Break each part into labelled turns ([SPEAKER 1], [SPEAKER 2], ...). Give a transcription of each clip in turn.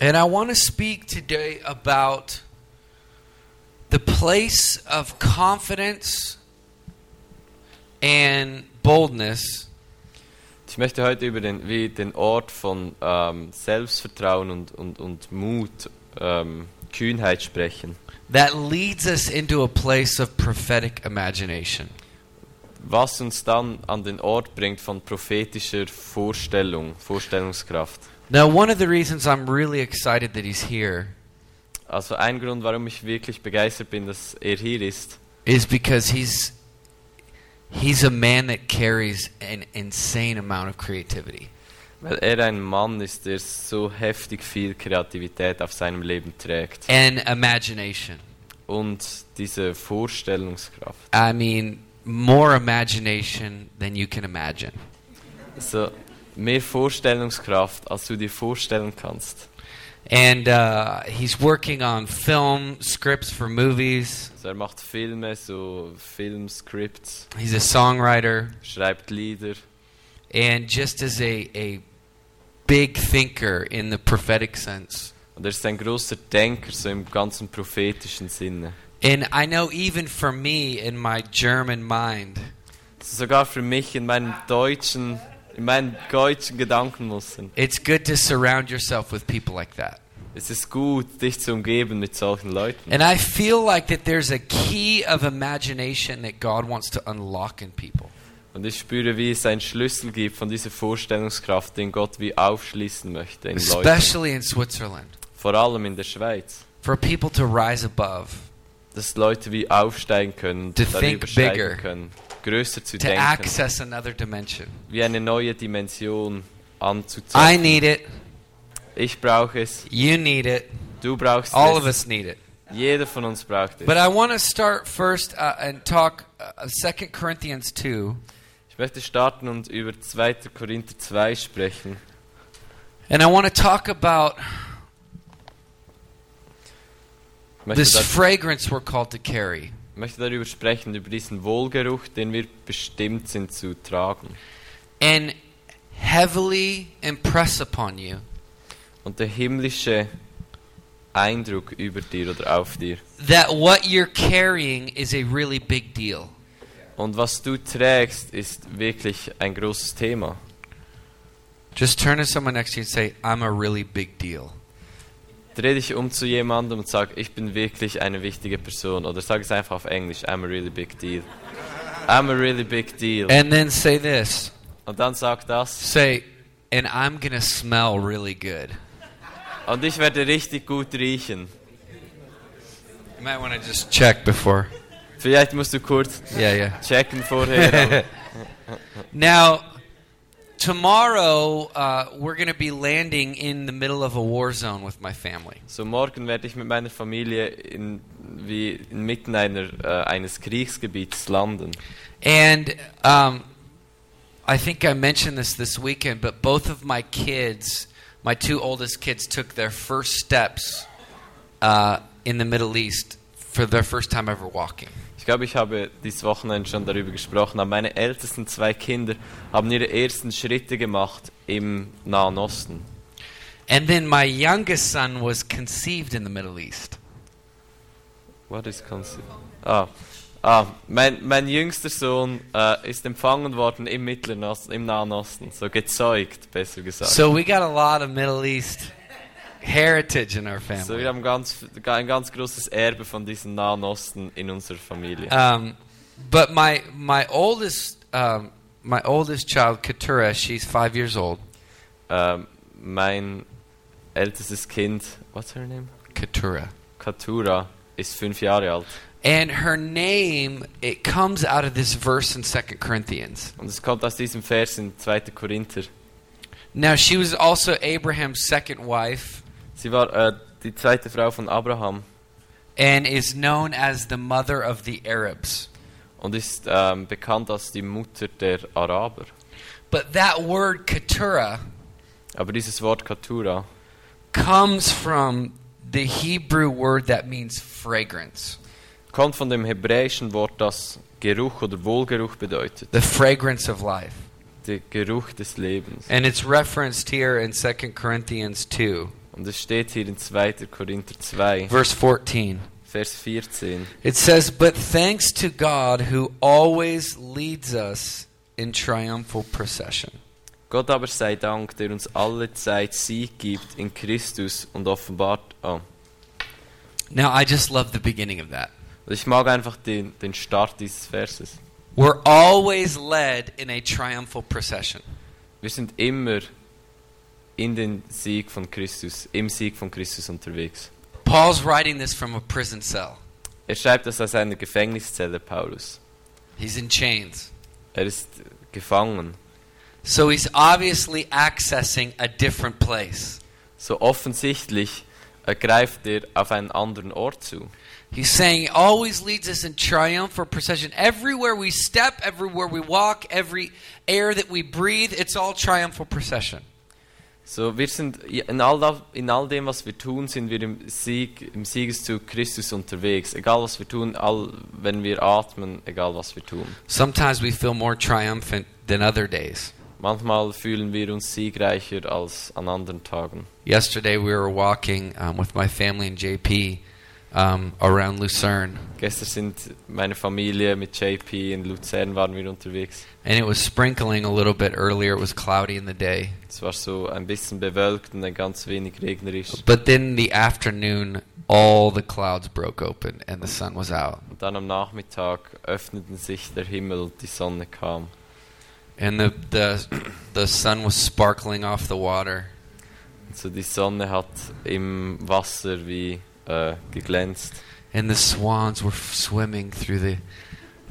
[SPEAKER 1] And I want to speak today about the place of confidence and boldness
[SPEAKER 2] Ich möchte heute über den, wie den Ort von ähm, Selbstvertrauen und, und, und Mut, ähm, Kühnheit sprechen.
[SPEAKER 1] that leads us into a place of prophetic imagination.
[SPEAKER 2] Was uns dann an den Ort bringt von prophetischer Vorstellung, Vorstellungskraft.
[SPEAKER 1] Now, one of the reasons I'm really excited that he's here
[SPEAKER 2] Also ein Grund, warum ich wirklich begeistert bin, dass er hier ist,
[SPEAKER 1] is because he's he's a man that carries an insane amount of creativity.
[SPEAKER 2] weil er ein Mann ist, der so heftig viel Kreativität auf seinem Leben trägt.
[SPEAKER 1] and imagination.
[SPEAKER 2] Und diese Vorstellungskraft.
[SPEAKER 1] I mean, more imagination than you can imagine.
[SPEAKER 2] Also mehr Vorstellungskraft, als du dir vorstellen kannst.
[SPEAKER 1] And uh, he's working on film scripts for movies.
[SPEAKER 2] Also er macht Filme, so Filmscripts,
[SPEAKER 1] He's a songwriter.
[SPEAKER 2] schreibt Lieder
[SPEAKER 1] And just as a, a big thinker in the prophetic sense.
[SPEAKER 2] und er ist ein großer Denker, so im ganzen prophetischen Sinne.
[SPEAKER 1] And I know even for me in my German mind,
[SPEAKER 2] Also sogar für mich in meinem deutschen, in meinen deutschen Gedankenmustern.
[SPEAKER 1] it's good to surround yourself with people like that.
[SPEAKER 2] Es ist gut, dich zu umgeben mit solchen Leuten.
[SPEAKER 1] And I feel like that there's a key of imagination that God wants to unlock in people.
[SPEAKER 2] Und ich spüre, wie es einen Schlüssel gibt von dieser Vorstellungskraft, den Gott wie aufschließen möchte in Leuten.
[SPEAKER 1] especially in Switzerland,
[SPEAKER 2] Vor allem in der Schweiz.
[SPEAKER 1] for people to rise above,
[SPEAKER 2] Dass Leute wie aufsteigen können,
[SPEAKER 1] To
[SPEAKER 2] darüber
[SPEAKER 1] think bigger.
[SPEAKER 2] steigen können, größer zu
[SPEAKER 1] to
[SPEAKER 2] denken,
[SPEAKER 1] access another dimension.
[SPEAKER 2] wie eine neue Dimension
[SPEAKER 1] I
[SPEAKER 2] anzuzeigen.
[SPEAKER 1] need it.
[SPEAKER 2] Ich brauche es,
[SPEAKER 1] You need it.
[SPEAKER 2] du brauchst
[SPEAKER 1] All of
[SPEAKER 2] es,
[SPEAKER 1] us need it.
[SPEAKER 2] jeder von uns braucht es.
[SPEAKER 1] But I want to start first uh, and talk uh, 2 Corinthians 2.
[SPEAKER 2] Ich möchte starten und über 2. Korinther 2 sprechen.
[SPEAKER 1] And I want to talk about
[SPEAKER 2] Ich möchte,
[SPEAKER 1] this
[SPEAKER 2] da,
[SPEAKER 1] fragrance we're called to carry.
[SPEAKER 2] möchte darüber sprechen, über diesen Wohlgeruch, den wir bestimmt sind zu tragen.
[SPEAKER 1] And heavily impress upon you
[SPEAKER 2] und der himmlische Eindruck über dir oder auf dir.
[SPEAKER 1] that what you're carrying is a really big deal.
[SPEAKER 2] Und was du trägst, ist wirklich ein großes Thema.
[SPEAKER 1] Just turn to someone next to you and say, I'm a really big deal.
[SPEAKER 2] Dreh dich um zu jemandem und sag, ich bin wirklich eine wichtige Person. Oder sag es einfach auf Englisch, I'm a really big deal. I'm a really big deal.
[SPEAKER 1] And then say this.
[SPEAKER 2] Und dann sag das.
[SPEAKER 1] Say, and I'm going to smell really good.
[SPEAKER 2] Und ich werde richtig gut riechen.
[SPEAKER 1] You might want to just check before.
[SPEAKER 2] Vielleicht musst du kurz
[SPEAKER 1] Yeah, yeah.
[SPEAKER 2] checken vorher. aber-
[SPEAKER 1] Now, tomorrow, uh, we're going to be landing in the middle of a war zone with my family.
[SPEAKER 2] so morgen werde ich mit meiner Familie in, wie inmitten einer, äh, eines Kriegsgebiets landen.
[SPEAKER 1] And um, I think I mentioned this this weekend, but both of my kids, my two oldest kids, took their first steps uh, in the Middle East for their first time ever walking.
[SPEAKER 2] Ich glaube, ich habe dieses Wochenende schon darüber gesprochen, aber meine ältesten zwei Kinder haben ihre ersten Schritte gemacht im Nahen Osten.
[SPEAKER 1] And then my youngest son was conceived in the Middle East.
[SPEAKER 2] What is conceived? Ah, ah mein, mein jüngster Sohn äh, ist empfangen worden im Mittleren Osten, im Nahen Osten, so gezeugt, besser gesagt.
[SPEAKER 1] So we got a lot of Middle East heritage in our
[SPEAKER 2] so wir
[SPEAKER 1] family.
[SPEAKER 2] haben ganz, ein ganz großes Erbe von diesem Nahen Osten in unserer Familie.
[SPEAKER 1] Um, but my my oldest um, my oldest child, Keturah, she's five years old.
[SPEAKER 2] Ähm, mein ältestes Kind, what's her name?
[SPEAKER 1] Keturah,
[SPEAKER 2] Katura, ist fünf Jahre alt.
[SPEAKER 1] and her name it comes out of this verse in Second Corinthians.
[SPEAKER 2] Und es kommt aus diesem Vers in 2. Korinther.
[SPEAKER 1] Now she was also Abraham's second wife,
[SPEAKER 2] Sie war äh, die zweite Frau von Abraham
[SPEAKER 1] and is known as the mother of the Arabs.
[SPEAKER 2] und ist ähm, bekannt als die Mutter der Araber.
[SPEAKER 1] But that word Keturah
[SPEAKER 2] Aber dieses Wort Katura
[SPEAKER 1] comes from the Hebrew word that means fragrance.
[SPEAKER 2] kommt von dem hebräischen Wort, das Geruch oder Wohlgeruch bedeutet.
[SPEAKER 1] the fragrance of life.
[SPEAKER 2] Der Geruch des Lebens.
[SPEAKER 1] And it's referenced here in 2 Corinthians 2.
[SPEAKER 2] Und es steht hier in 2. Korinther 2,
[SPEAKER 1] verse 14.
[SPEAKER 2] Vers 14.
[SPEAKER 1] It says, But thanks to God who always leads us in triumphal procession.
[SPEAKER 2] Gott aber sei Dank, der uns alle Zeit Sieg gibt in Christus und offenbart. Oh.
[SPEAKER 1] Now, I just love the beginning of that.
[SPEAKER 2] Und Also Ich mag einfach den, den Start dieses Verses.
[SPEAKER 1] We're always led in a triumphal procession.
[SPEAKER 2] Wir sind immer in den Sieg von Christus, im Sieg von Christus unterwegs.
[SPEAKER 1] Paul's writing this from a prison cell.
[SPEAKER 2] Er schreibt das aus einer Gefängniszelle, Paulus.
[SPEAKER 1] He's in chains.
[SPEAKER 2] Er ist gefangen.
[SPEAKER 1] So he's obviously accessing a different place.
[SPEAKER 2] So offensichtlich äh, greift er auf einen anderen Ort zu.
[SPEAKER 1] He's saying he always leads us in triumphal procession. Everywhere we step, everywhere we walk, every air that we breathe, it's all triumphal procession.
[SPEAKER 2] So, wir sind in all, da- in all dem, was wir tun, sind wir im Sieg, im Siegeszug Christus unterwegs. Egal was wir tun, all, wenn wir atmen, egal was wir tun.
[SPEAKER 1] Sometimes we feel more triumphant than other days.
[SPEAKER 2] Manchmal fühlen wir uns siegreicher als an anderen Tagen.
[SPEAKER 1] Yesterday we were walking um, with my family and JP um, around Lucerne,
[SPEAKER 2] Gestern sind meine Familie mit JP in Luzern waren wir unterwegs.
[SPEAKER 1] and it was sprinkling a little bit earlier. It was cloudy in the day,
[SPEAKER 2] Es war so ein bisschen bewölkt und ein ganz wenig regnerisch.
[SPEAKER 1] but then the afternoon, all the clouds broke open and the sun was out.
[SPEAKER 2] Und dann am Nachmittag öffneten sich der Himmel und die Sonne kam.
[SPEAKER 1] and the the the sun was sparkling off the water
[SPEAKER 2] Und so die Sonne hat im Wasser wie äh, geglänzt.
[SPEAKER 1] and the swans were f- swimming through the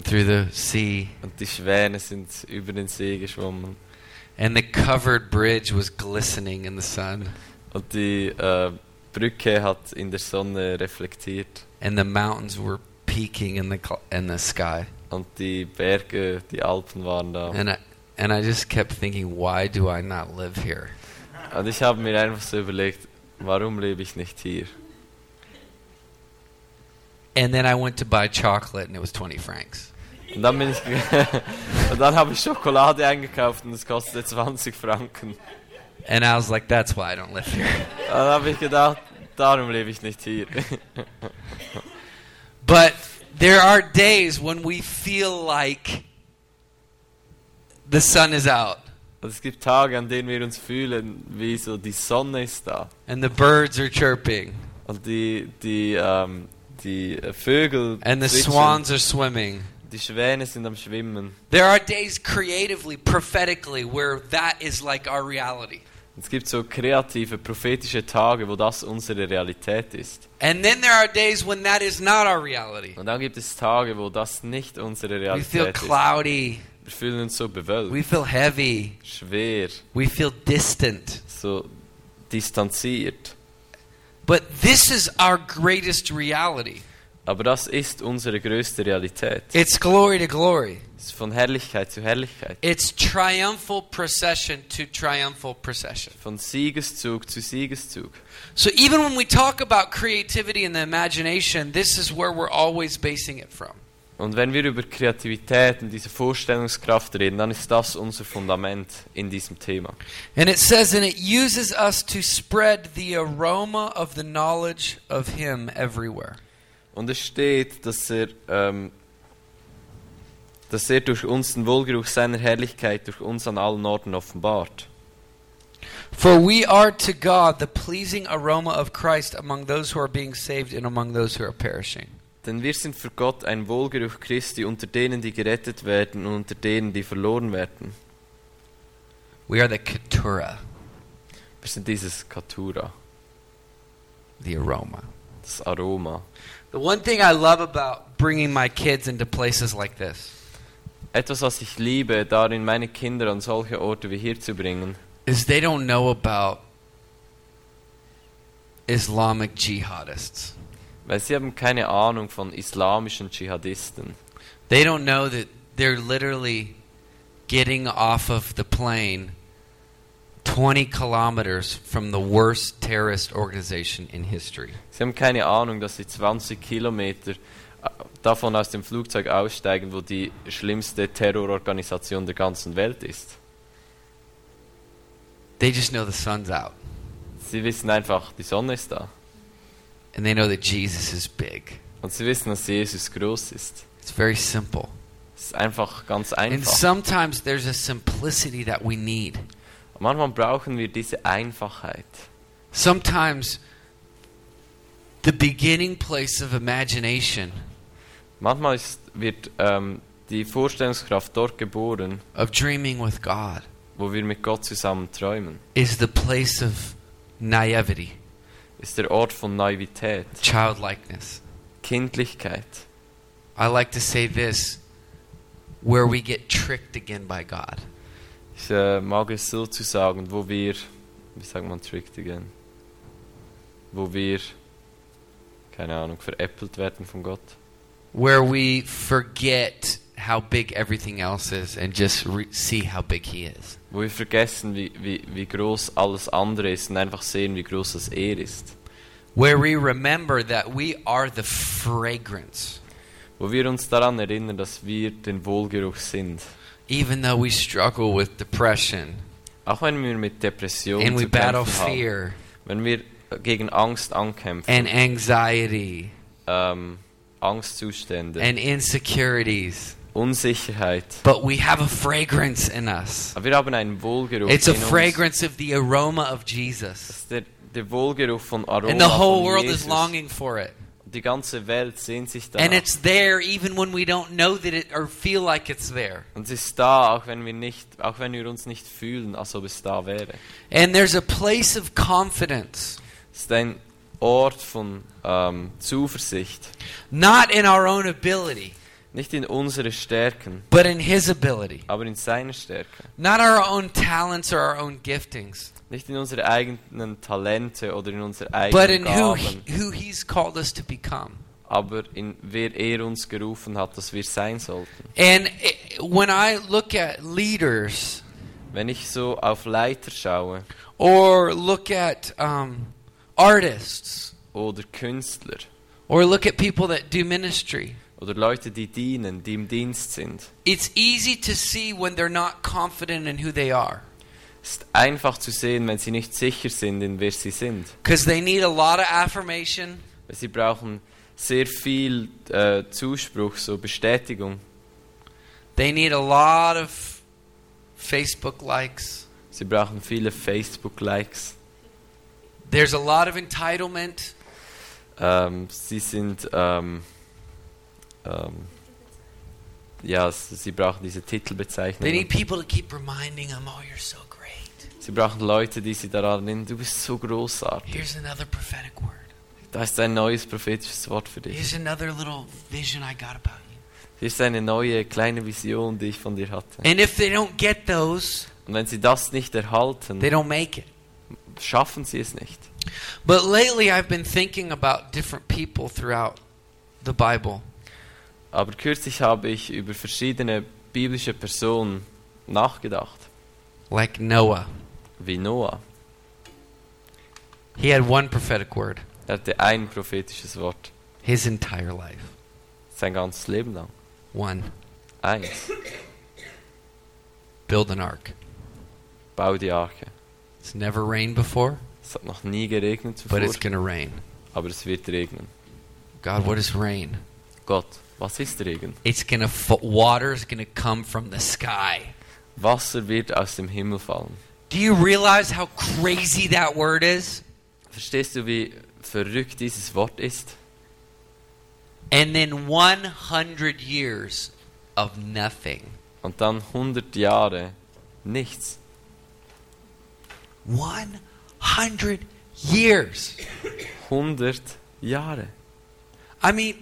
[SPEAKER 1] through the sea
[SPEAKER 2] Und die Schwäne sind über den See geschwommen.
[SPEAKER 1] and the covered bridge was glistening in the sun
[SPEAKER 2] Und die äh, Brücke hat in der Sonne reflektiert.
[SPEAKER 1] and the mountains were peaking in the cl- in the sky
[SPEAKER 2] Und die Berge, die Alpen waren da.
[SPEAKER 1] and I, and I just kept thinking why do I not live here
[SPEAKER 2] Und ich habe mir einfach so überlegt, warum lebe ich nicht hier?
[SPEAKER 1] and then I went to buy chocolate and it was 20 francs
[SPEAKER 2] Und dann bin ich ge- und dann habe ich Schokolade eingekauft und es kostete 20 Franken. Und
[SPEAKER 1] and I was like that's why I don't live here
[SPEAKER 2] dann habe ich gedacht, darum lebe ich nicht hier.
[SPEAKER 1] But there are days when we feel like the sun is out
[SPEAKER 2] Und Also es gibt Tage, an denen wir uns fühlen, wie so die Sonne ist da.
[SPEAKER 1] and the birds are chirping
[SPEAKER 2] Und die, die, ähm, die äh, Vögel,
[SPEAKER 1] and the
[SPEAKER 2] zwitschern.
[SPEAKER 1] swans are swimming.
[SPEAKER 2] die Schwäne sind am Schwimmen.
[SPEAKER 1] There are days creatively, prophetically, where that is like our reality.
[SPEAKER 2] Und Es gibt so kreative, prophetische Tage, wo das unsere Realität ist.
[SPEAKER 1] And then there are days when that is not our reality.
[SPEAKER 2] Und dann gibt es Tage, wo das nicht unsere
[SPEAKER 1] We feel
[SPEAKER 2] Realität ist. Wir
[SPEAKER 1] cloudy.
[SPEAKER 2] fühlen uns so bewölkt,
[SPEAKER 1] We feel heavy.
[SPEAKER 2] schwer,
[SPEAKER 1] We feel distant.
[SPEAKER 2] so distanziert.
[SPEAKER 1] But this is our greatest reality.
[SPEAKER 2] Aber das ist unsere größte Realität.
[SPEAKER 1] It's glory to glory.
[SPEAKER 2] Es ist von Herrlichkeit zu Herrlichkeit.
[SPEAKER 1] It's triumphal procession to triumphal procession.
[SPEAKER 2] Von Siegeszug zu Siegeszug.
[SPEAKER 1] So even when we talk about creativity and the imagination, this is where we're always basing it from.
[SPEAKER 2] Und wenn wir über Kreativität und diese Vorstellungskraft reden, dann ist das unser Fundament in diesem Thema.
[SPEAKER 1] And it says, and it uses us to spread the aroma of the knowledge of Him everywhere.
[SPEAKER 2] Und es steht, dass er, ähm, dass er durch uns den Wohlgeruch seiner Herrlichkeit durch uns an allen Orten offenbart.
[SPEAKER 1] For we are to God the pleasing aroma of Christ among those who are being saved and among those who are perishing.
[SPEAKER 2] Denn wir sind für Gott ein Wohlgeruch Christi unter denen, die gerettet werden und unter denen, die verloren werden.
[SPEAKER 1] We are the keturah,
[SPEAKER 2] Wir sind dieses Katura,
[SPEAKER 1] the aroma.
[SPEAKER 2] das Aroma.
[SPEAKER 1] The one thing I love about bringing my kids into places like this
[SPEAKER 2] Etwas, was ich liebe, darin meine Kinder an solche Orte wie hier zu bringen,
[SPEAKER 1] is they don't know about Islamic jihadists.
[SPEAKER 2] weil sie haben keine Ahnung von islamischen Dschihadisten.
[SPEAKER 1] They don't know that they're literally getting off of the plane 20 kilometers from the worst terrorist organization in history.
[SPEAKER 2] Sie haben keine Ahnung, dass sie 20 Kilometer äh, davon aus dem Flugzeug aussteigen, wo die schlimmste Terrororganisation der ganzen Welt ist.
[SPEAKER 1] They just know the sun's out.
[SPEAKER 2] Sie wissen einfach, die Sonne ist da.
[SPEAKER 1] and they know that Jesus is big.
[SPEAKER 2] Und sie wissen, dass Jesus groß ist.
[SPEAKER 1] It's very simple.
[SPEAKER 2] Es ist einfach ganz
[SPEAKER 1] And
[SPEAKER 2] einfach.
[SPEAKER 1] sometimes there's a simplicity that we need.
[SPEAKER 2] Und manchmal brauchen wir diese Einfachheit.
[SPEAKER 1] Sometimes the beginning place of imagination,
[SPEAKER 2] Manchmal ist, wird ähm, die Vorstellungskraft dort geboren,
[SPEAKER 1] of dreaming with God,
[SPEAKER 2] wo wir mit Gott zusammen träumen.
[SPEAKER 1] is the place of naivety,
[SPEAKER 2] Ist der Ort von Naivität,
[SPEAKER 1] childlikeness.
[SPEAKER 2] Kindlichkeit.
[SPEAKER 1] I like to say this where we get tricked again by God.
[SPEAKER 2] Ich äh, mag es so zu sagen, wo wir, wie sagt man tricked again, wo wir, keine Ahnung, veräppelt werden von Gott.
[SPEAKER 1] Where we forget how big everything else is and just re- see how big He is.
[SPEAKER 2] Wo wir vergessen, wie, wie, wie groß alles andere ist und einfach sehen, wie groß das Er ist.
[SPEAKER 1] Where we remember that we are the fragrance,
[SPEAKER 2] Wo wir uns daran erinnern, dass wir den Wohlgeruch sind.
[SPEAKER 1] even though we struggle with depression
[SPEAKER 2] Auch wenn wir mit Depressionen
[SPEAKER 1] and we
[SPEAKER 2] zu
[SPEAKER 1] battle
[SPEAKER 2] kämpfen haben,
[SPEAKER 1] fear
[SPEAKER 2] wenn wir gegen Angst ankämpfen,
[SPEAKER 1] and anxiety
[SPEAKER 2] ähm, Angstzustände,
[SPEAKER 1] and insecurities,
[SPEAKER 2] Unsicherheit.
[SPEAKER 1] but we have a fragrance in us.
[SPEAKER 2] Aber wir haben einen Wohlgeruch
[SPEAKER 1] It's a
[SPEAKER 2] in uns.
[SPEAKER 1] fragrance of the aroma of Jesus.
[SPEAKER 2] Das ist der, der Wohlgeruch von Aroma
[SPEAKER 1] And the whole
[SPEAKER 2] von
[SPEAKER 1] world
[SPEAKER 2] Jesus.
[SPEAKER 1] is longing for it.
[SPEAKER 2] Die ganze Welt sehnt sich danach.
[SPEAKER 1] And it's there even when we don't know that it or feel like it's there.
[SPEAKER 2] Und es ist da, auch wenn wir nicht, auch wenn wir uns nicht fühlen, als ob es da wäre.
[SPEAKER 1] And there's a place of confidence,
[SPEAKER 2] Es ist ein Ort von ähm, Zuversicht,
[SPEAKER 1] not in our own ability,
[SPEAKER 2] nicht in unsere Stärken,
[SPEAKER 1] but in His ability.
[SPEAKER 2] aber in seine Stärke,
[SPEAKER 1] Not our own talents or our own giftings,
[SPEAKER 2] nicht in unsere eigenen Talente oder in unsere
[SPEAKER 1] but in
[SPEAKER 2] eigenen
[SPEAKER 1] who,
[SPEAKER 2] Gaben,
[SPEAKER 1] he, who He's called us to become.
[SPEAKER 2] aber in wer er uns gerufen hat, dass wir sein sollten.
[SPEAKER 1] And i when I look at leaders
[SPEAKER 2] Wenn ich so auf Leiter schaue
[SPEAKER 1] or look at um, artists
[SPEAKER 2] oder Künstler
[SPEAKER 1] or look at people that do ministry,
[SPEAKER 2] oder Leute, die dienen, die im Dienst sind,
[SPEAKER 1] it's easy to see when they're not confident in who they are
[SPEAKER 2] ist einfach zu sehen, wenn sie nicht sicher sind, in wer sie sind.
[SPEAKER 1] because they need a lot of affirmation.
[SPEAKER 2] Sie brauchen sehr viel äh, Zuspruch, so Bestätigung.
[SPEAKER 1] They need a lot of Facebook likes.
[SPEAKER 2] Sie brauchen viele Facebook-Likes.
[SPEAKER 1] There's a lot of entitlement.
[SPEAKER 2] Ähm, sie sind, ähm, ähm, ja, s- sie brauchen diese
[SPEAKER 1] They need
[SPEAKER 2] Titelbezeichnungen.
[SPEAKER 1] people to keep reminding them, oh, you're so great.
[SPEAKER 2] Sie brauchen Leute, die sie daran nennen, du bist so großartig.
[SPEAKER 1] Here's another prophetic word.
[SPEAKER 2] Da ist ein neues prophetisches Wort für dich.
[SPEAKER 1] Here's another little vision I got about you.
[SPEAKER 2] Hier ist eine neue kleine Vision, die ich von dir hatte.
[SPEAKER 1] And if they don't get those,
[SPEAKER 2] Und wenn sie das nicht erhalten,
[SPEAKER 1] they don't make it.
[SPEAKER 2] schaffen sie es nicht.
[SPEAKER 1] But lately, I've been thinking about different people throughout the Bible.
[SPEAKER 2] Aber kürzlich habe ich über verschiedene biblische Personen nachgedacht,
[SPEAKER 1] Like Noah,
[SPEAKER 2] wie Noah.
[SPEAKER 1] he had one prophetic word
[SPEAKER 2] Er hatte ein prophetisches Wort
[SPEAKER 1] his entire life.
[SPEAKER 2] sein ganzes Leben lang.
[SPEAKER 1] One,
[SPEAKER 2] Eins,
[SPEAKER 1] build an ark.
[SPEAKER 2] bau die Arche.
[SPEAKER 1] It's never rained before,
[SPEAKER 2] Es hat noch nie geregnet zuvor,
[SPEAKER 1] but it's going to rain.
[SPEAKER 2] aber es wird regnen.
[SPEAKER 1] God, what is rain?
[SPEAKER 2] Gott, was ist Regen?
[SPEAKER 1] It's going to, f- water is going to come from the sky.
[SPEAKER 2] Wasser wird aus dem Himmel fallen.
[SPEAKER 1] Do you realize how crazy that word is?
[SPEAKER 2] Verstehst du, wie verrückt dieses Wort ist?
[SPEAKER 1] And then 100 years of nothing.
[SPEAKER 2] Und dann 100 Jahre nichts.
[SPEAKER 1] 100 years.
[SPEAKER 2] 100 Jahre.
[SPEAKER 1] I mean,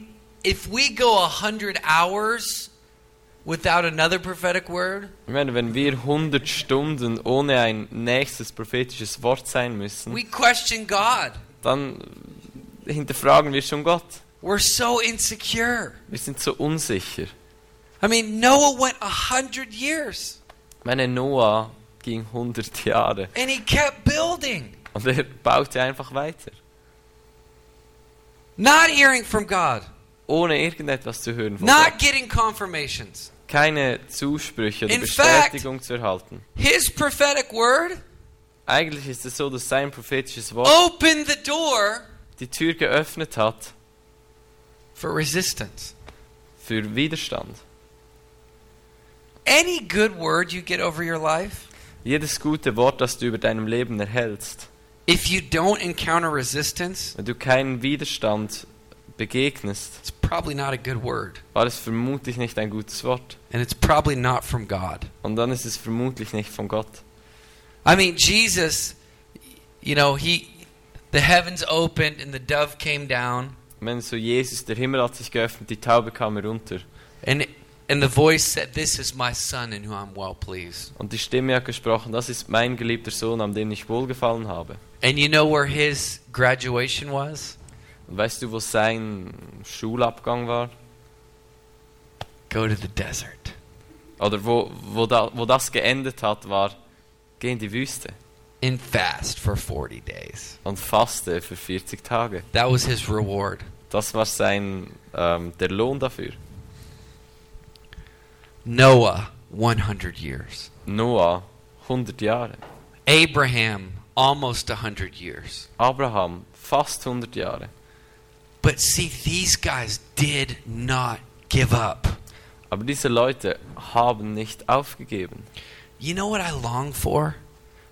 [SPEAKER 1] if we go 100 hours without another prophetic word,
[SPEAKER 2] Ich meine, wenn wir 100 Stunden ohne ein nächstes prophetisches Wort sein müssen,
[SPEAKER 1] we question God.
[SPEAKER 2] dann hinterfragen wir schon Gott.
[SPEAKER 1] We're so insecure.
[SPEAKER 2] Wir sind so unsicher.
[SPEAKER 1] I mean, Noah went 100 years
[SPEAKER 2] Ich Meine Noah ging 100 Jahre
[SPEAKER 1] and he kept building,
[SPEAKER 2] und er baute einfach weiter,
[SPEAKER 1] not hearing from God,
[SPEAKER 2] ohne irgendetwas zu hören von
[SPEAKER 1] not
[SPEAKER 2] Gott.
[SPEAKER 1] getting confirmations.
[SPEAKER 2] Keine Zusprüche oder
[SPEAKER 1] In
[SPEAKER 2] Bestätigung zu erhalten.
[SPEAKER 1] His prophetic word
[SPEAKER 2] eigentlich ist es so, dass sein prophetisches Wort
[SPEAKER 1] opened the door
[SPEAKER 2] die Tür geöffnet hat
[SPEAKER 1] for resistance.
[SPEAKER 2] für Widerstand.
[SPEAKER 1] Any good word you get over your life,
[SPEAKER 2] Jedes gute Wort, das du über deinem Leben erhältst,
[SPEAKER 1] if you don't encounter resistance,
[SPEAKER 2] wenn du keinen Widerstand begegnest,
[SPEAKER 1] it's probably not a good word.
[SPEAKER 2] war es vermutlich nicht ein gutes Wort.
[SPEAKER 1] And it's probably not from God.
[SPEAKER 2] Und dann ist es vermutlich nicht von Gott.
[SPEAKER 1] I mean, Jesus, you know, he the heavens opened and the dove came down
[SPEAKER 2] Wenn so Jesus, der Himmel hat sich geöffnet, die Taube kam herunter.
[SPEAKER 1] and and the voice said, "This is my son in whom I'm well pleased."
[SPEAKER 2] Und die Stimme hat gesprochen, das ist mein geliebter Sohn, an dem ich wohlgefallen habe.
[SPEAKER 1] And you know where his graduation was?
[SPEAKER 2] Und weißt du, wo sein Schulabgang war?
[SPEAKER 1] Go to the desert.
[SPEAKER 2] Oder wo, wo, da, wo das geendet hat, war, geh in die Wüste
[SPEAKER 1] and fast for 40 days.
[SPEAKER 2] und faste für 40 Tage.
[SPEAKER 1] That was his reward.
[SPEAKER 2] Das war sein, ähm, der Lohn dafür.
[SPEAKER 1] Noah, 100 years.
[SPEAKER 2] Noah, 100 Jahre.
[SPEAKER 1] Abraham, almost 100 years.
[SPEAKER 2] Abraham, fast 100 Jahre.
[SPEAKER 1] But see, these guys did not give up.
[SPEAKER 2] Aber diese Leute haben nicht aufgegeben.
[SPEAKER 1] You know what I long for?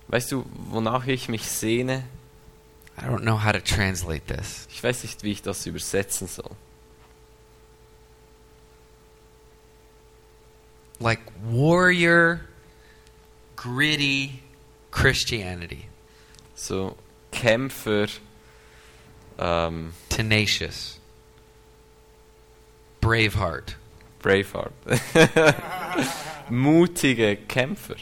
[SPEAKER 2] Weißt du, wonach ich mich sehne?
[SPEAKER 1] I don't know how to translate this.
[SPEAKER 2] Ich weiß nicht, wie ich das übersetzen soll.
[SPEAKER 1] Like warrior, gritty Christianity.
[SPEAKER 2] So Kämpfer, ähm,
[SPEAKER 1] Tenacious. Braveheart.
[SPEAKER 2] Braveheart. Mutige Kämpfer.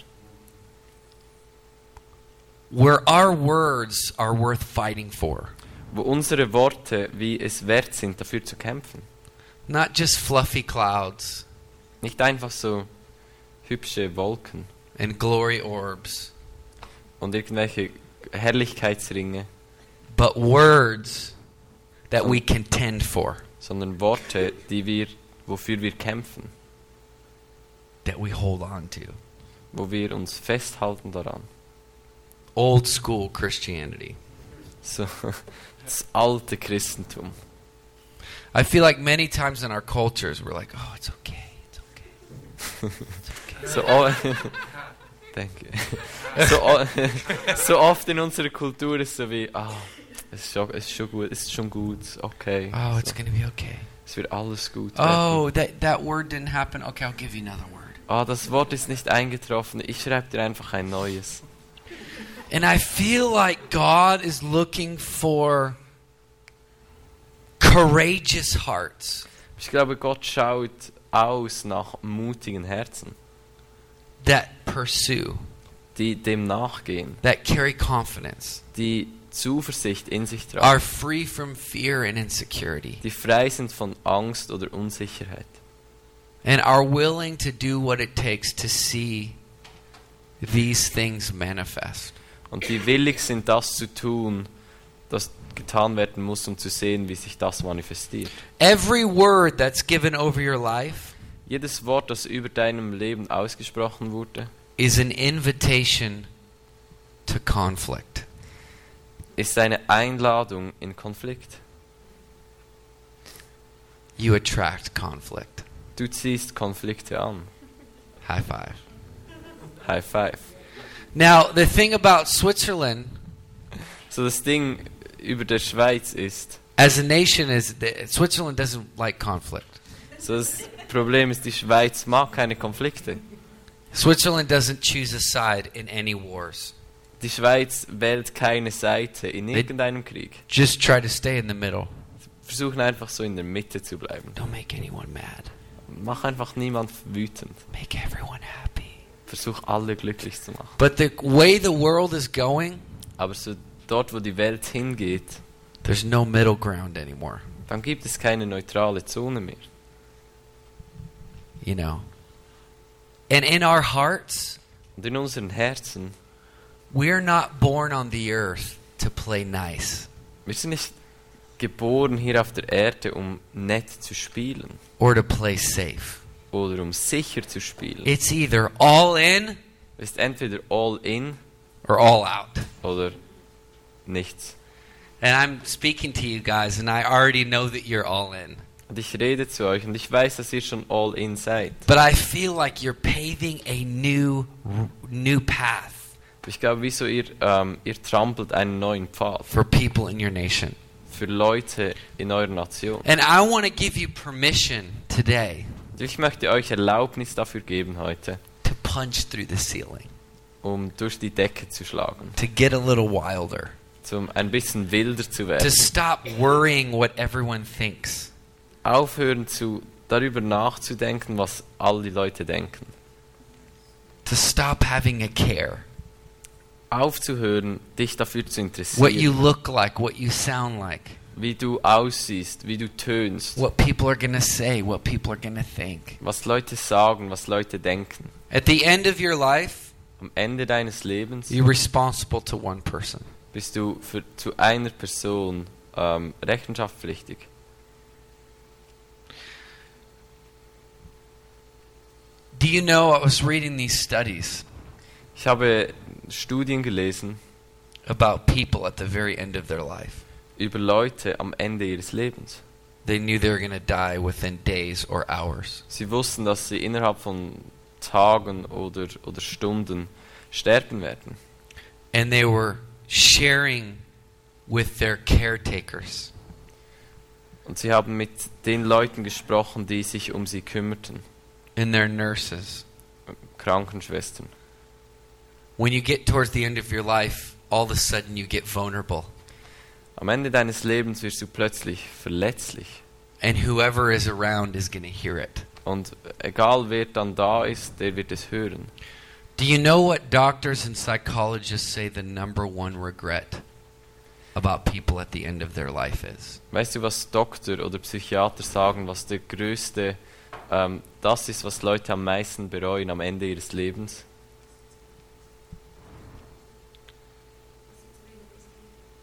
[SPEAKER 1] Where our words are worth fighting for.
[SPEAKER 2] Wo unsere Worte, wie es wert sind, dafür zu kämpfen.
[SPEAKER 1] Not just fluffy clouds.
[SPEAKER 2] Nicht einfach so hübsche Wolken
[SPEAKER 1] and glory orbs,
[SPEAKER 2] und irgendwelche Herrlichkeitsringe,
[SPEAKER 1] but words that we contend for,
[SPEAKER 2] sondern Worte, die wir, wofür wir kämpfen,
[SPEAKER 1] that we hold on to.
[SPEAKER 2] wo wir uns festhalten daran.
[SPEAKER 1] Old school Christianity.
[SPEAKER 2] So, das alte Christentum.
[SPEAKER 1] I feel like many times in our cultures we're like, oh, it's okay, it's okay.
[SPEAKER 2] So, o- Thank you. So, o- so oft in unserer Kultur ist so wie, ah, es ist schon, es ist schon gut, es ist schon gut, okay.
[SPEAKER 1] Oh, it's
[SPEAKER 2] so,
[SPEAKER 1] gonna be okay.
[SPEAKER 2] es wird alles gut. werden.
[SPEAKER 1] Oh, that that word didn't happen. Okay, I'll give you another word.
[SPEAKER 2] Ah, das Wort ist nicht eingetroffen, ich schreibe dir einfach ein neues.
[SPEAKER 1] And I feel like God is looking for courageous hearts
[SPEAKER 2] Ich glaube, Gott schaut aus nach mutigen Herzen,
[SPEAKER 1] that pursue,
[SPEAKER 2] die dem nachgehen,
[SPEAKER 1] that carry confidence,
[SPEAKER 2] die Zuversicht in sich tragen,
[SPEAKER 1] are free from fear and insecurity.
[SPEAKER 2] die frei sind von Angst oder Unsicherheit
[SPEAKER 1] and are willing to do what it takes to see these things manifest.
[SPEAKER 2] und die willig sind, das zu tun, das getan werden muss, um zu sehen, wie sich das manifestiert.
[SPEAKER 1] Every word that's given over your life
[SPEAKER 2] Jedes Wort, das über deinem Leben ausgesprochen wurde,
[SPEAKER 1] is an invitation to conflict.
[SPEAKER 2] ist eine Einladung in Konflikt.
[SPEAKER 1] You attract conflict.
[SPEAKER 2] Du ziehst Konflikte an.
[SPEAKER 1] High five.
[SPEAKER 2] High five.
[SPEAKER 1] Now, the thing about Switzerland
[SPEAKER 2] So das Ding über der Schweiz ist,
[SPEAKER 1] as a nation is that Switzerland doesn't like conflict.
[SPEAKER 2] so das Problem ist, die Schweiz mag keine Konflikte.
[SPEAKER 1] Switzerland doesn't choose a side in any wars.
[SPEAKER 2] Die Schweiz wählt keine Seite in irgendeinem Krieg.
[SPEAKER 1] Just try to stay in the middle.
[SPEAKER 2] Versuchen einfach so in der Mitte zu bleiben.
[SPEAKER 1] Don't make anyone mad.
[SPEAKER 2] Mach einfach niemand wütend.
[SPEAKER 1] Make everyone happy.
[SPEAKER 2] Versuch alle glücklich zu machen.
[SPEAKER 1] But the way the world is going,
[SPEAKER 2] Aber so dort, wo die Welt hingeht,
[SPEAKER 1] There's no middle ground anymore.
[SPEAKER 2] dann gibt es keine neutrale Zone mehr.
[SPEAKER 1] You know? And in our hearts,
[SPEAKER 2] Und in unseren Herzen,
[SPEAKER 1] we're not born on the earth to play nice
[SPEAKER 2] wir sind nicht geboren hier auf der Erde, um nett zu spielen
[SPEAKER 1] or to play safe.
[SPEAKER 2] oder um sicher zu spielen.
[SPEAKER 1] It's either all in
[SPEAKER 2] Es ist entweder all in
[SPEAKER 1] or all out.
[SPEAKER 2] oder nichts.
[SPEAKER 1] And I'm speaking to you guys, and I already know that you're all in.
[SPEAKER 2] Und ich rede zu euch und ich weiß, dass ihr schon all in seid.
[SPEAKER 1] But I feel like you're paving a new, new path
[SPEAKER 2] Ich glaube, wieso ihr, ähm, ihr trampelt einen neuen Pfad
[SPEAKER 1] for people in your nation.
[SPEAKER 2] für Leute in eurer Nation.
[SPEAKER 1] And I want to give you permission today
[SPEAKER 2] Und Ich möchte euch Erlaubnis dafür geben heute,
[SPEAKER 1] to punch through the ceiling,
[SPEAKER 2] um durch die Decke zu schlagen,
[SPEAKER 1] to get a little wilder,
[SPEAKER 2] um ein bisschen wilder zu
[SPEAKER 1] to
[SPEAKER 2] werden.
[SPEAKER 1] stop worrying what everyone thinks,
[SPEAKER 2] Aufhören zu darüber nachzudenken, was all die Leute denken.
[SPEAKER 1] to stop having a care.
[SPEAKER 2] Aufzuhören, dich dafür
[SPEAKER 1] What
[SPEAKER 2] zu
[SPEAKER 1] you
[SPEAKER 2] interessieren,
[SPEAKER 1] look like, what you sound like,
[SPEAKER 2] wie du aussiehst, wie du tönst,
[SPEAKER 1] what people are going to say, what people are going to think.
[SPEAKER 2] was Leute sagen, was Leute denken.
[SPEAKER 1] At the end of your life,
[SPEAKER 2] Am Ende deines Lebens
[SPEAKER 1] you're responsible to one person.
[SPEAKER 2] bist du für, zu einer Person ähm, rechenschaftspflichtig.
[SPEAKER 1] Do you know I was reading these studies
[SPEAKER 2] Ich habe Studien gelesen
[SPEAKER 1] about people at the very end of their life?
[SPEAKER 2] über Leute am Ende ihres Lebens.
[SPEAKER 1] They knew they were going to die within days or hours.
[SPEAKER 2] Sie wussten, dass sie innerhalb von Tagen oder, oder Stunden sterben werden.
[SPEAKER 1] And they were sharing with their caretakers.
[SPEAKER 2] Und sie haben mit den Leuten gesprochen, die sich um sie kümmerten,
[SPEAKER 1] and their nurses.
[SPEAKER 2] Krankenschwestern.
[SPEAKER 1] When you get towards the end of your life, all of a sudden you get vulnerable.
[SPEAKER 2] Am Ende deines Lebens wirst du plötzlich verletzlich.
[SPEAKER 1] And whoever is around is going to hear it.
[SPEAKER 2] Und egal wer dann da ist, der wird es hören.
[SPEAKER 1] Do you know what doctors and psychologists say the number one regret about people at the end of their life is?
[SPEAKER 2] Weißt du, was Doktor oder Psychiater sagen, was der größte, ähm, das ist, was Leute am meisten bereuen am Ende ihres Lebens?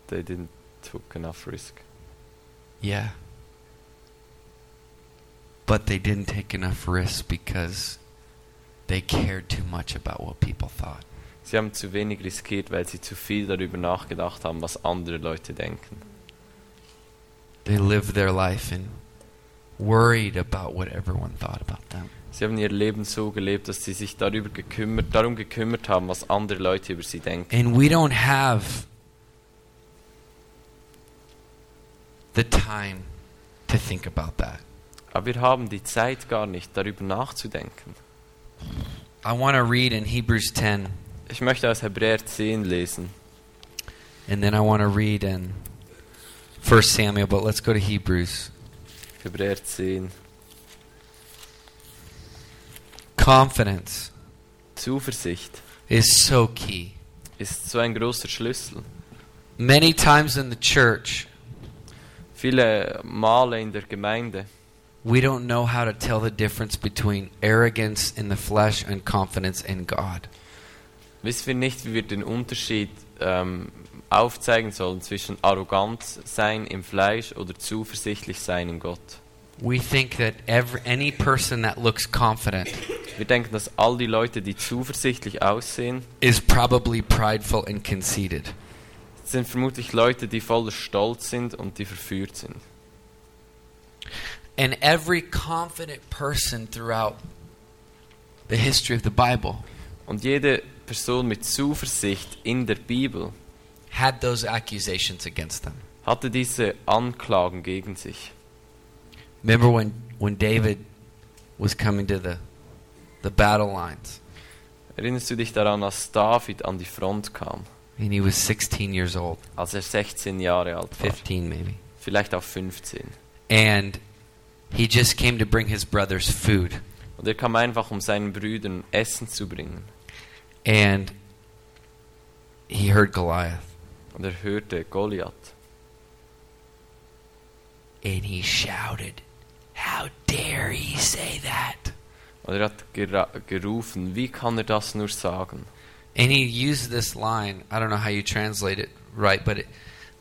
[SPEAKER 2] They didn't took enough risk.
[SPEAKER 1] Yeah. But they didn't take enough risks because they cared too much about what people thought.
[SPEAKER 2] Sie haben zu wenig riskiert, weil sie zu viel darüber nachgedacht haben, was andere Leute denken.
[SPEAKER 1] They lived their life and worried about what everyone thought about them.
[SPEAKER 2] Sie haben ihr Leben so gelebt, dass sie sich darüber gekümmert, darum gekümmert haben, was andere Leute über sie denken.
[SPEAKER 1] And we don't have the time to think about that.
[SPEAKER 2] Aber wir haben die Zeit gar nicht, darüber nachzudenken.
[SPEAKER 1] I want to read in Hebrews 10,
[SPEAKER 2] Ich möchte aus Hebräer 10 lesen.
[SPEAKER 1] and then I want to read in 1 Samuel, but let's go to Hebrews.
[SPEAKER 2] Hebräer 10.
[SPEAKER 1] Confidence
[SPEAKER 2] Zuversicht
[SPEAKER 1] is so key.
[SPEAKER 2] ist so ein großer Schlüssel.
[SPEAKER 1] Many times in the church,
[SPEAKER 2] Viele Male in der Gemeinde
[SPEAKER 1] we don't know how to tell the difference between arrogance in the flesh and confidence in God.
[SPEAKER 2] wissen wir nicht, wie wir den Unterschied ähm, aufzeigen sollen zwischen arrogant sein im Fleisch oder zuversichtlich sein in Gott.
[SPEAKER 1] We think that every, any person that looks confident
[SPEAKER 2] Wir denken, dass all die Leute, die zuversichtlich aussehen,
[SPEAKER 1] is probably prideful and conceited.
[SPEAKER 2] sind vermutlich Leute, die voller Stolz sind und die verführt sind.
[SPEAKER 1] And every confident person throughout the history of the Bible
[SPEAKER 2] Und jede Person mit Zuversicht in der Bibel
[SPEAKER 1] had those accusations against them.
[SPEAKER 2] hatte diese Anklagen gegen sich.
[SPEAKER 1] Remember when, when David was coming to the, the battle lines
[SPEAKER 2] Erinnerst du dich daran, als David an die Front kam,
[SPEAKER 1] and he was 16 years old,
[SPEAKER 2] als er 16 Jahre alt war,
[SPEAKER 1] 15 maybe,
[SPEAKER 2] vielleicht auch 15?
[SPEAKER 1] and he just came to bring his brothers food.
[SPEAKER 2] Und er kam einfach, um seinen Brüdern Essen zu bringen.
[SPEAKER 1] And he heard Goliath
[SPEAKER 2] Und er hörte Goliath.
[SPEAKER 1] and he shouted, How dare he say that?
[SPEAKER 2] Und er hat gera- gerufen, wie kann er das nur sagen?
[SPEAKER 1] And he used this line. I don't know how you translate it right, but it,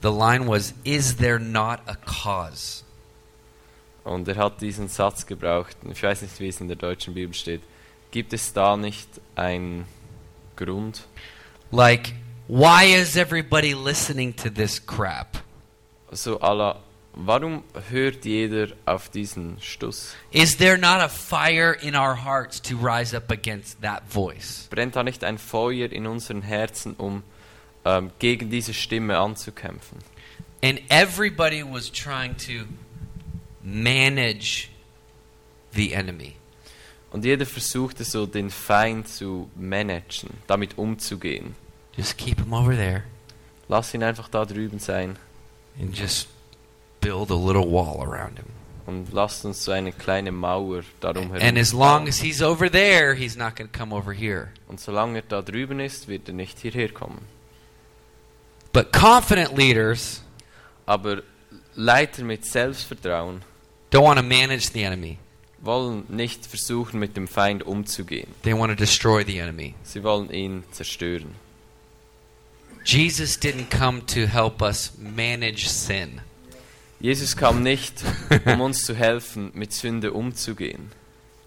[SPEAKER 1] the line was, Is there not a cause?
[SPEAKER 2] Und er hat diesen Satz gebraucht. Ich weiß nicht, wie es in der deutschen Bibel steht. Gibt es da nicht einen Grund?
[SPEAKER 1] Like, why is everybody listening to this crap?
[SPEAKER 2] So Allah, warum hört jeder auf diesen Stuss?
[SPEAKER 1] Is there not a fire in our hearts to rise up against that voice?
[SPEAKER 2] Brennt da nicht ein Feuer in unseren Herzen, um ähm, gegen diese Stimme anzukämpfen?
[SPEAKER 1] And everybody was trying to manage the enemy.
[SPEAKER 2] Und jeder versuchte so den Feind zu managen, damit umzugehen.
[SPEAKER 1] Just keep him over there
[SPEAKER 2] Lass ihn einfach da drüben sein
[SPEAKER 1] and just build a little wall around him.
[SPEAKER 2] und lasst uns so eine kleine Mauer darum herum.
[SPEAKER 1] And as long as he's over there, he's not going to come over here.
[SPEAKER 2] und solange er da drüben ist, wird er nicht hierher kommen.
[SPEAKER 1] But confident leaders
[SPEAKER 2] Aber Leiter mit Selbstvertrauen
[SPEAKER 1] don't want to manage the enemy.
[SPEAKER 2] wollen nicht versuchen, mit dem Feind umzugehen.
[SPEAKER 1] They want to destroy the enemy.
[SPEAKER 2] Sie wollen ihn zerstören.
[SPEAKER 1] Jesus didn't come to help us manage sin.
[SPEAKER 2] Jesus kam nicht, um uns zu helfen, mit Sünde umzugehen.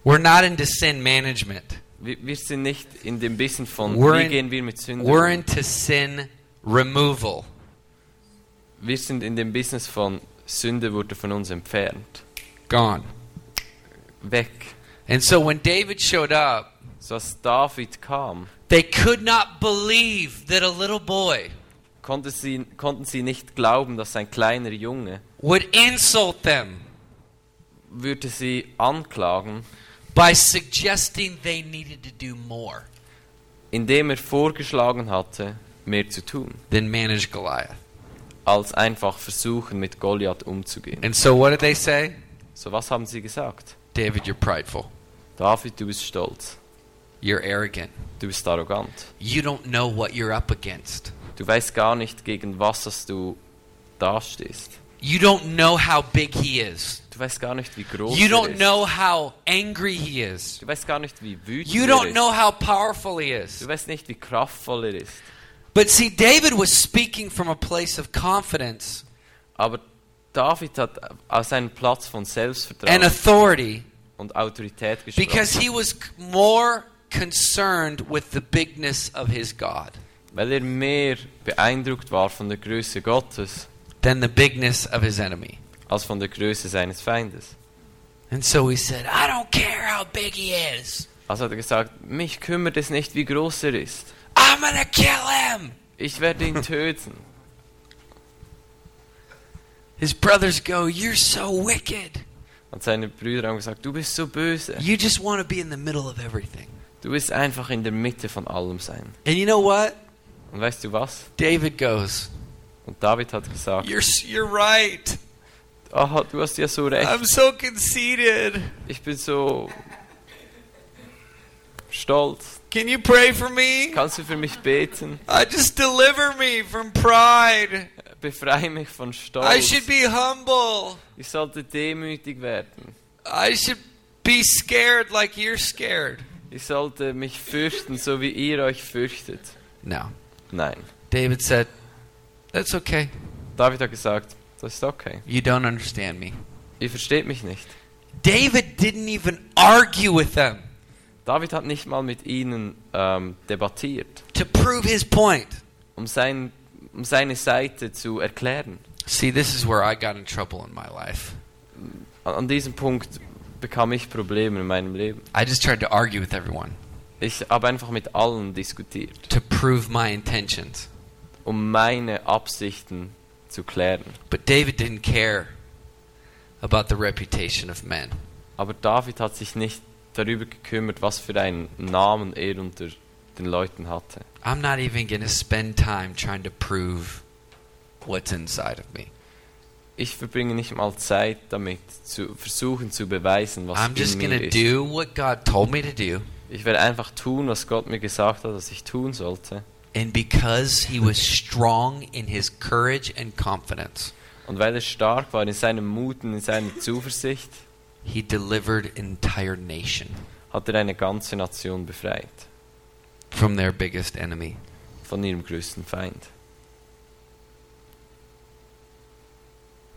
[SPEAKER 1] We're not into sin management.
[SPEAKER 2] Wir, wir sind nicht in dem Bissen von,
[SPEAKER 1] We're
[SPEAKER 2] wie
[SPEAKER 1] in-
[SPEAKER 2] gehen wir mit Sünde
[SPEAKER 1] We're
[SPEAKER 2] um.
[SPEAKER 1] into sin removal.
[SPEAKER 2] Wir sind in dem Business von, Sünde wurde von uns entfernt.
[SPEAKER 1] Gone.
[SPEAKER 2] Weg.
[SPEAKER 1] And so when David showed up,
[SPEAKER 2] So als David kam,
[SPEAKER 1] they could not believe that a little boy
[SPEAKER 2] konnte sie, konnten sie nicht glauben, dass ein kleiner Junge
[SPEAKER 1] would insult them
[SPEAKER 2] würde sie anklagen,
[SPEAKER 1] by suggesting they needed to do more
[SPEAKER 2] indem er vorgeschlagen hatte, mehr zu tun,
[SPEAKER 1] than manage Goliath.
[SPEAKER 2] als einfach versuchen, mit Goliath umzugehen.
[SPEAKER 1] And so what did they say?
[SPEAKER 2] So was haben sie gesagt?
[SPEAKER 1] David, you're prideful.
[SPEAKER 2] David, du bist stolz.
[SPEAKER 1] You're arrogant.
[SPEAKER 2] Du bist arrogant.
[SPEAKER 1] You don't know what you're up against.
[SPEAKER 2] Du weißt gar nicht, gegen was dass du dastehst.
[SPEAKER 1] You don't know how big he is.
[SPEAKER 2] Du weißt gar nicht, wie groß
[SPEAKER 1] You
[SPEAKER 2] er
[SPEAKER 1] don't
[SPEAKER 2] ist.
[SPEAKER 1] know how angry he is.
[SPEAKER 2] Du weißt gar nicht, wie wütend
[SPEAKER 1] You
[SPEAKER 2] er
[SPEAKER 1] don't
[SPEAKER 2] ist.
[SPEAKER 1] know how powerful he
[SPEAKER 2] Du
[SPEAKER 1] is.
[SPEAKER 2] weißt nicht, wie kraftvoll er ist.
[SPEAKER 1] But see, David was speaking from a place of confidence
[SPEAKER 2] Aber David hat aus einem Platz von
[SPEAKER 1] and
[SPEAKER 2] Selbstvertrauen
[SPEAKER 1] authority
[SPEAKER 2] und Autorität gesprochen,
[SPEAKER 1] because he was c- more concerned with the bigness of his God
[SPEAKER 2] weil er mehr beeindruckt war von der Größe Gottes
[SPEAKER 1] than the bigness of his enemy.
[SPEAKER 2] als von der Größe seines Feindes.
[SPEAKER 1] And so he said, I don't care how big he is.
[SPEAKER 2] Also hat er gesagt, mich kümmert es nicht, wie groß er ist.
[SPEAKER 1] I'm going to kill him.
[SPEAKER 2] Ich werde ihn töten.
[SPEAKER 1] His brothers go, You're so wicked.
[SPEAKER 2] Und seine Brüder haben gesagt, du bist so böse.
[SPEAKER 1] You just want to be in the middle of everything.
[SPEAKER 2] Du willst einfach in der Mitte von allem sein.
[SPEAKER 1] And you know what?
[SPEAKER 2] Und weißt du was?
[SPEAKER 1] David goes,
[SPEAKER 2] Und David hat gesagt,
[SPEAKER 1] You're, s- you're right.
[SPEAKER 2] aha, du hast ja so recht.
[SPEAKER 1] I'm so conceited.
[SPEAKER 2] Ich bin so stolz.
[SPEAKER 1] Can you pray for me?
[SPEAKER 2] Kannst du für mich beten?
[SPEAKER 1] I just deliver me from pride.
[SPEAKER 2] Befreie mich von
[SPEAKER 1] I
[SPEAKER 2] Stolz.
[SPEAKER 1] should be humble.
[SPEAKER 2] Ich sollte demütig werden.
[SPEAKER 1] I should be scared like you're scared.
[SPEAKER 2] Ich sollte mich fürchten, so wie ihr euch fürchtet.
[SPEAKER 1] No.
[SPEAKER 2] Nein.
[SPEAKER 1] David said, That's okay.
[SPEAKER 2] David hat gesagt, das ist okay.
[SPEAKER 1] You don't understand me.
[SPEAKER 2] Ihr versteht mich nicht.
[SPEAKER 1] David didn't even argue with them
[SPEAKER 2] David hat nicht mal mit ihnen ähm, debattiert,
[SPEAKER 1] to prove his point.
[SPEAKER 2] um, sein, um seine Seite zu erklären.
[SPEAKER 1] See, this is where I got in trouble in my life.
[SPEAKER 2] An, an diesem Punkt bekam ich Probleme in meinem Leben.
[SPEAKER 1] I just tried to argue with everyone
[SPEAKER 2] Ich habe einfach mit allen diskutiert,
[SPEAKER 1] to prove my intentions.
[SPEAKER 2] um meine Absichten zu klären.
[SPEAKER 1] But David didn't care about the reputation of men.
[SPEAKER 2] Aber David hat sich nicht darüber gekümmert, was für einen Namen er unter den Leuten hatte.
[SPEAKER 1] I'm not even going to spend time trying to prove what's inside of me.
[SPEAKER 2] Ich verbringe nicht mal Zeit damit, zu versuchen zu beweisen, was
[SPEAKER 1] I'm
[SPEAKER 2] in
[SPEAKER 1] just going
[SPEAKER 2] mir
[SPEAKER 1] to
[SPEAKER 2] ist.
[SPEAKER 1] do what God told me to do.
[SPEAKER 2] Ich werde einfach tun, was Gott mir gesagt hat, dass ich tun sollte.
[SPEAKER 1] And because he was strong in his courage and confidence,
[SPEAKER 2] Und weil er stark war in seinem Mut und in seiner Zuversicht,
[SPEAKER 1] he delivered an entire nation
[SPEAKER 2] hat er eine ganze Nation befreit
[SPEAKER 1] from their biggest enemy.
[SPEAKER 2] von ihrem größten Feind.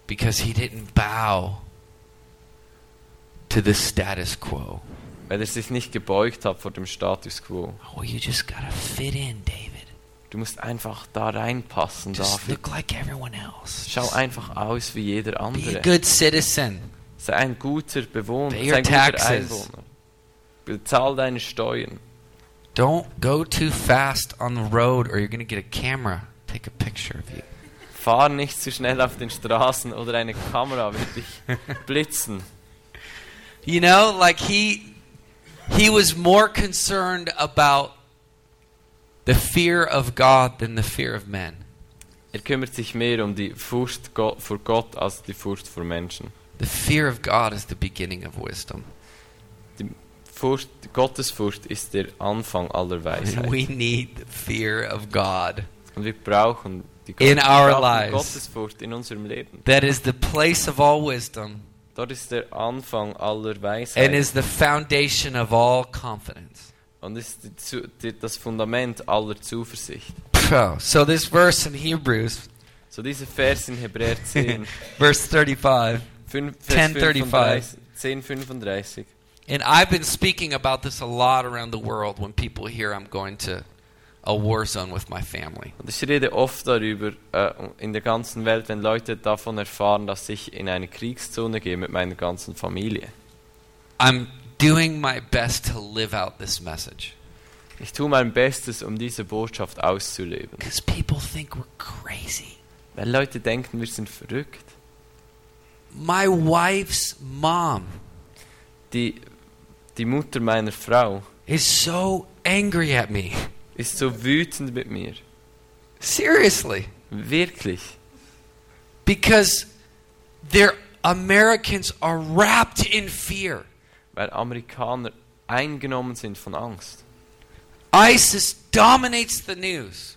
[SPEAKER 1] Because he didn't bow to the status quo.
[SPEAKER 2] Weil er sich nicht gebeugt hat vor dem Status quo.
[SPEAKER 1] Oh, you just got to fit in, David.
[SPEAKER 2] Du musst einfach da reinpassen,
[SPEAKER 1] Just
[SPEAKER 2] David.
[SPEAKER 1] look like everyone else.
[SPEAKER 2] Schau
[SPEAKER 1] Just
[SPEAKER 2] einfach aus wie jeder
[SPEAKER 1] be a
[SPEAKER 2] andere.
[SPEAKER 1] good citizen.
[SPEAKER 2] Sei ein guter Bewohner,
[SPEAKER 1] Pay
[SPEAKER 2] sei
[SPEAKER 1] your
[SPEAKER 2] ein guter
[SPEAKER 1] taxes.
[SPEAKER 2] Einwohner. Bezahl deine Steuern.
[SPEAKER 1] Don't go too fast on the road or you're going to get a camera. Take a picture of you.
[SPEAKER 2] Fahr nicht zu schnell auf den Straßen oder eine Kamera wird dich blitzen.
[SPEAKER 1] You know, like he he was more concerned about the fear of God than the fear of men.
[SPEAKER 2] Er kümmert sich mehr um die Furcht Go- vor Gott als die Furcht vor Menschen.
[SPEAKER 1] The fear of God is the beginning of wisdom.
[SPEAKER 2] Furcht, Gottesfurcht ist der Anfang aller
[SPEAKER 1] And
[SPEAKER 2] Weisheit.
[SPEAKER 1] we need the fear of God.
[SPEAKER 2] Und wir brauchen die
[SPEAKER 1] In
[SPEAKER 2] wir
[SPEAKER 1] our
[SPEAKER 2] brauchen
[SPEAKER 1] lives.
[SPEAKER 2] Gottesfurcht in unserem Leben.
[SPEAKER 1] That is the place of all wisdom
[SPEAKER 2] Dort ist der Anfang aller
[SPEAKER 1] and
[SPEAKER 2] Weisheit
[SPEAKER 1] is the foundation of all confidence.
[SPEAKER 2] und ist die, Zu- die, das Fundament aller Zuversicht.
[SPEAKER 1] So this verse in Hebrews,
[SPEAKER 2] So dieser Vers in Hebräer 10,
[SPEAKER 1] verse 35,
[SPEAKER 2] 5, Vers
[SPEAKER 1] 10:35.
[SPEAKER 2] 35. 10, 35.
[SPEAKER 1] And I've been speaking about this a lot around the world when people hear I'm going to a war zone with my family.
[SPEAKER 2] Und ich rede oft darüber äh, in der ganzen Welt, wenn Leute davon erfahren, dass ich in eine Kriegszone gehe mit meiner ganzen Familie.
[SPEAKER 1] I'm doing my best to live out this message
[SPEAKER 2] Ich tue mein Bestes, um diese Botschaft auszuleben.
[SPEAKER 1] because people think we're crazy.
[SPEAKER 2] Weil Leute denken, wir sind verrückt.
[SPEAKER 1] My wife's mom
[SPEAKER 2] Die, die Mutter meiner Frau
[SPEAKER 1] is so angry at me.
[SPEAKER 2] ist so wütend mit mir.
[SPEAKER 1] Seriously.
[SPEAKER 2] Wirklich.
[SPEAKER 1] Because their Americans are wrapped in fear.
[SPEAKER 2] Weil Amerikaner eingenommen sind von Angst.
[SPEAKER 1] ISIS dominates the news.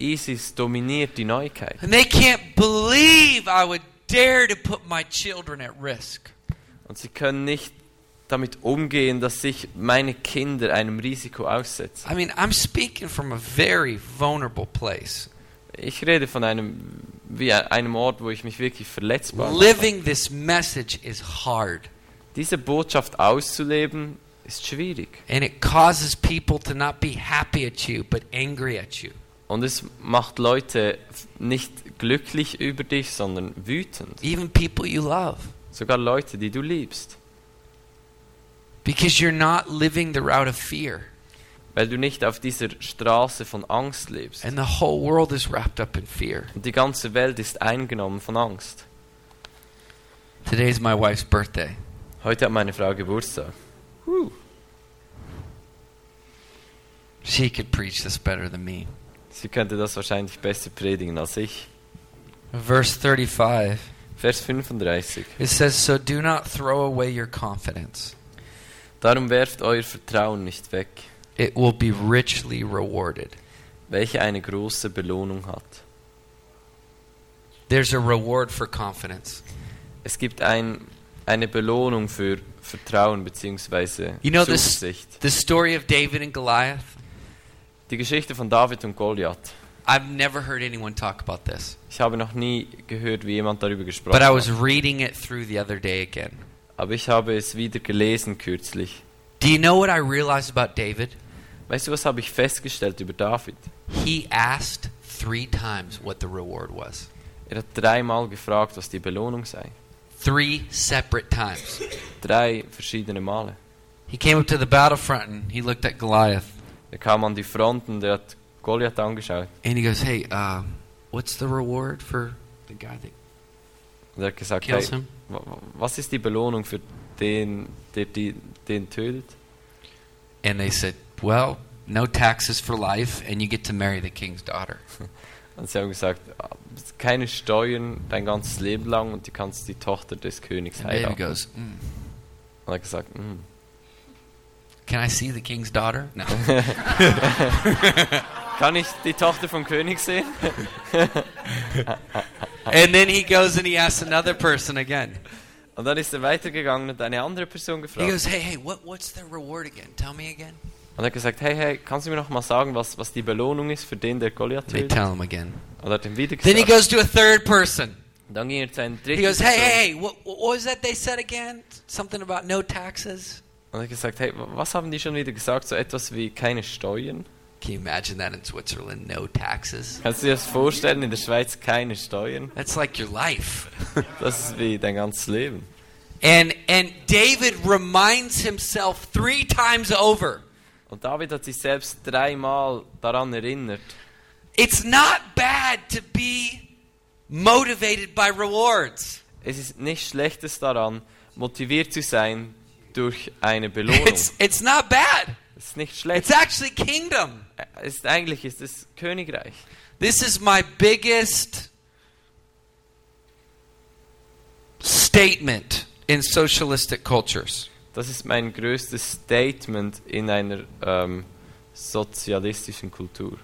[SPEAKER 2] ISIS dominiert die Neuigkeit.
[SPEAKER 1] And they can't believe I would dare to put my children at risk.
[SPEAKER 2] Und sie können nicht damit umgehen, dass sich meine Kinder einem Risiko aussetzen.
[SPEAKER 1] I mean, I'm speaking from a very vulnerable place.
[SPEAKER 2] Ich rede von einem, wie einem Ort, wo ich mich wirklich verletzbar mache.
[SPEAKER 1] Living this message is hard,
[SPEAKER 2] Diese Botschaft auszuleben, ist schwierig.
[SPEAKER 1] and it causes people to not be happy at you, but angry at you.
[SPEAKER 2] Und es macht Leute f- nicht glücklich über dich, sondern wütend.
[SPEAKER 1] Even people you love.
[SPEAKER 2] Sogar Leute, die du liebst.
[SPEAKER 1] Because you're not living the route of fear,
[SPEAKER 2] Weil du nicht auf dieser Straße von Angst lebst.
[SPEAKER 1] and the whole world is wrapped up in fear.
[SPEAKER 2] Und die ganze Welt ist eingenommen von Angst.
[SPEAKER 1] Today's my wife's birthday.
[SPEAKER 2] Heute hat meine Frau Geburtstag.
[SPEAKER 1] She could preach this better than me.
[SPEAKER 2] Sie könnte das wahrscheinlich besser predigen als ich.
[SPEAKER 1] Verse 35
[SPEAKER 2] Vers 35.
[SPEAKER 1] it says, So do not throw away your confidence,
[SPEAKER 2] Darum werft euer Vertrauen nicht weg,
[SPEAKER 1] it will be richly rewarded.
[SPEAKER 2] welche eine große Belohnung hat.
[SPEAKER 1] There's a reward for confidence.
[SPEAKER 2] Es gibt ein, eine Belohnung für Vertrauen bzw.
[SPEAKER 1] You know this-
[SPEAKER 2] Zuversicht.
[SPEAKER 1] The story of David and Goliath,
[SPEAKER 2] Die Geschichte von David und Goliath.
[SPEAKER 1] I've never heard anyone talk about this.
[SPEAKER 2] Ich habe noch nie gehört, wie jemand darüber gesprochen
[SPEAKER 1] But I was
[SPEAKER 2] hat.
[SPEAKER 1] reading it through the other day again.
[SPEAKER 2] Aber ich habe es wieder gelesen kürzlich.
[SPEAKER 1] Do you know what I realized about David?
[SPEAKER 2] Weißt du, was habe ich festgestellt über David?
[SPEAKER 1] He asked three times what the reward was.
[SPEAKER 2] Er hat dreimal gefragt, was die Belohnung sei.
[SPEAKER 1] Three separate times.
[SPEAKER 2] Drei verschiedene Male.
[SPEAKER 1] He came up to the battlefront and he looked at Goliath
[SPEAKER 2] Er kam an die Front und er hat Goliath angeschaut.
[SPEAKER 1] and he goes, Hey, uh, what's the reward for the guy that
[SPEAKER 2] Und er hat gesagt, hey,
[SPEAKER 1] kills him?
[SPEAKER 2] Wa- wa- Was ist die Belohnung für den, der die, den tötet?
[SPEAKER 1] And they said, Well, no taxes for life and you get to marry the king's daughter.
[SPEAKER 2] Und sie haben gesagt, "Ah, keine Steuern dein ganzes Leben lang und du kannst die Tochter des Königs
[SPEAKER 1] And David
[SPEAKER 2] heiraten.
[SPEAKER 1] goes, mm,
[SPEAKER 2] Und er hat gesagt, "Hm."
[SPEAKER 1] Can I see the king's daughter? No.
[SPEAKER 2] kann ich die Tochter vom König sehen?
[SPEAKER 1] And then he goes and he asks another person again.
[SPEAKER 2] Und dann ist er weitergegangen und eine andere Person
[SPEAKER 1] He
[SPEAKER 2] gefragt.
[SPEAKER 1] goes, "Hey, hey, what, what's the reward again? Tell me again."
[SPEAKER 2] Und er hat gesagt, hey, hey, kannst du mir noch mal sagen, was, was die Belohnung ist für den, der Goliath
[SPEAKER 1] They
[SPEAKER 2] tötet?
[SPEAKER 1] tell him again.
[SPEAKER 2] Und er hat ihm wieder
[SPEAKER 1] Then he
[SPEAKER 2] gesagt.
[SPEAKER 1] goes to a third person.
[SPEAKER 2] Und dann ging er zu einem
[SPEAKER 1] He
[SPEAKER 2] dritten.
[SPEAKER 1] goes, "Hey,
[SPEAKER 2] Person.
[SPEAKER 1] hey, hey, what, what was that they said again? Something about no taxes."
[SPEAKER 2] Und er hat gesagt, hey, wa- was haben die schon wieder gesagt? So etwas wie keine Steuern?
[SPEAKER 1] Can you imagine that in Switzerland? No taxes?
[SPEAKER 2] Kannst du dir das vorstellen, in der Schweiz keine Steuern?
[SPEAKER 1] That's like your life.
[SPEAKER 2] Das ist wie dein ganzes Leben.
[SPEAKER 1] and and David reminds himself three times over.
[SPEAKER 2] Und David hat sich selbst dreimal daran erinnert.
[SPEAKER 1] It's not bad to be motivated by rewards.
[SPEAKER 2] Es ist nichts Schlechtes daran, motiviert zu sein durch eine Belohnung.
[SPEAKER 1] It's
[SPEAKER 2] Es
[SPEAKER 1] it's not bad.
[SPEAKER 2] ist nicht
[SPEAKER 1] It's
[SPEAKER 2] schlecht.
[SPEAKER 1] actually kingdom.
[SPEAKER 2] Es ist, eigentlich ist es Königreich.
[SPEAKER 1] This is my biggest statement in socialistic cultures.
[SPEAKER 2] Das ist mein größtes Statement in einer ähm, sozialistischen Kultur.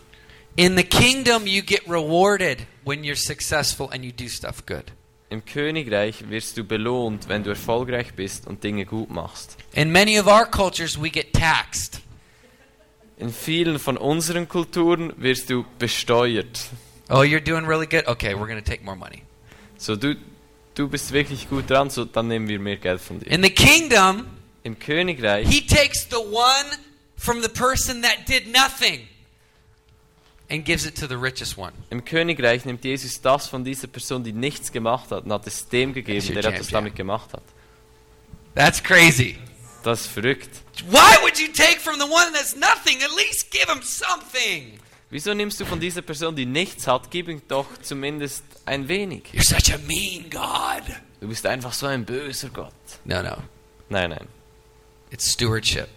[SPEAKER 1] In the kingdom, you get rewarded when you're successful and you do stuff good.
[SPEAKER 2] Im Königreich wirst du belohnt, wenn du erfolgreich bist und Dinge gut machst.
[SPEAKER 1] In many of our cultures, we get taxed.
[SPEAKER 2] In vielen von unseren Kulturen wirst du besteuert.
[SPEAKER 1] Oh, you're doing really good? Okay, we're going to take more money.
[SPEAKER 2] So du, du bist wirklich gut dran, so dann nehmen wir mehr Geld von dir.
[SPEAKER 1] In the kingdom,
[SPEAKER 2] Im Königreich
[SPEAKER 1] he takes the one from the person that did nothing and gives it to the richest one.
[SPEAKER 2] Im Königreich nimmt Jesus das von dieser Person, die nichts gemacht hat, und hat es dem
[SPEAKER 1] That's
[SPEAKER 2] gegeben,
[SPEAKER 1] your
[SPEAKER 2] der
[SPEAKER 1] chance,
[SPEAKER 2] etwas
[SPEAKER 1] yeah.
[SPEAKER 2] damit gemacht hat.
[SPEAKER 1] That's crazy.
[SPEAKER 2] Das ist verrückt.
[SPEAKER 1] Why would you take from the one that's nothing? At least give him something.
[SPEAKER 2] Wieso nimmst du von dieser Person, die nichts hat, gib ihm doch zumindest ein wenig.
[SPEAKER 1] You're such a mean God.
[SPEAKER 2] Du bist einfach so ein böser Gott.
[SPEAKER 1] No, no.
[SPEAKER 2] Nein, nein.
[SPEAKER 1] It's stewardship.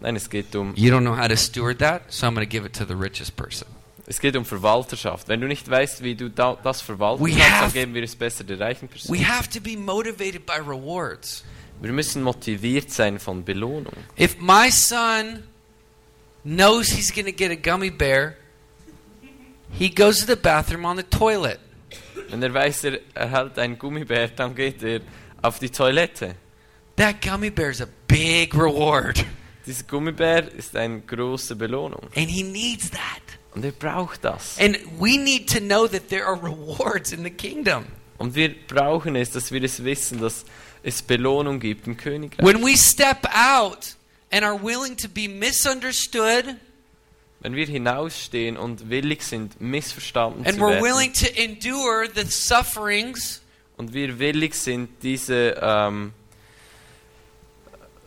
[SPEAKER 2] Nein, es geht um,
[SPEAKER 1] You don't know how to steward that, so I'm going to give it to the richest person.
[SPEAKER 2] es geht um Verwalterschaft. Wenn du nicht weißt, wie du da, das verwalten
[SPEAKER 1] We
[SPEAKER 2] kannst, dann
[SPEAKER 1] have-
[SPEAKER 2] geben wir es besser der reichen Person.
[SPEAKER 1] We have to be motivated by rewards.
[SPEAKER 2] Wir müssen motiviert sein von Belohnung.
[SPEAKER 1] If my son knows he's going to get a gummy bear, he goes to the bathroom on the toilet.
[SPEAKER 2] Wenn er weiß, er erhält einen Gummibär, dann geht er auf die Toilette.
[SPEAKER 1] That gummy bear is a big reward,
[SPEAKER 2] Dieser Gummibär ist eine große Belohnung.
[SPEAKER 1] and he needs that.
[SPEAKER 2] Und er braucht das.
[SPEAKER 1] And we need to know that there are rewards in the kingdom.
[SPEAKER 2] Und wir brauchen es, dass wir es wissen, dass es Belohnung gibt im Königreich.
[SPEAKER 1] When we step out and are willing to be misunderstood,
[SPEAKER 2] Wenn wir hinausstehen und willig sind, missverstanden
[SPEAKER 1] and
[SPEAKER 2] zu
[SPEAKER 1] we're
[SPEAKER 2] werden
[SPEAKER 1] willing to endure the sufferings,
[SPEAKER 2] und wir willig sind, diese ähm,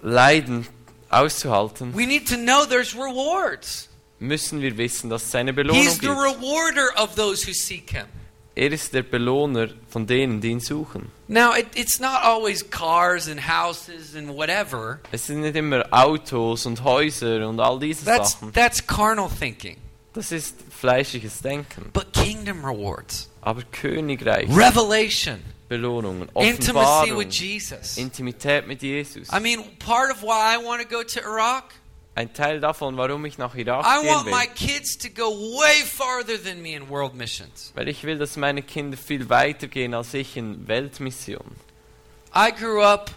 [SPEAKER 2] Leiden auszuhalten,
[SPEAKER 1] we need to know there's rewards.
[SPEAKER 2] müssen wir wissen, dass es eine Belohnung
[SPEAKER 1] He's the
[SPEAKER 2] gibt.
[SPEAKER 1] rewarder of those who seek him.
[SPEAKER 2] Er ist der Belohner von denen, die ihn suchen.
[SPEAKER 1] Now, it, it's not always cars and houses and whatever.
[SPEAKER 2] Es sind nicht immer Autos und Häuser und all diese
[SPEAKER 1] That's,
[SPEAKER 2] Sachen.
[SPEAKER 1] that's carnal thinking.
[SPEAKER 2] Das ist fleischliches Denken.
[SPEAKER 1] But kingdom rewards,
[SPEAKER 2] Aber Königreich,
[SPEAKER 1] revelation,
[SPEAKER 2] Belohnungen,
[SPEAKER 1] intimacy with
[SPEAKER 2] Offenbarung,
[SPEAKER 1] Jesus.
[SPEAKER 2] Intimität mit Jesus.
[SPEAKER 1] I mean, part of why I want to go to Iraq,
[SPEAKER 2] Ein Teil davon, warum ich nach Irak
[SPEAKER 1] I
[SPEAKER 2] gehen
[SPEAKER 1] want my
[SPEAKER 2] will.
[SPEAKER 1] kids to go way farther than me in world missions.
[SPEAKER 2] Weil ich will, dass meine Kinder viel weiter gehen als ich in Weltmission.
[SPEAKER 1] I grew up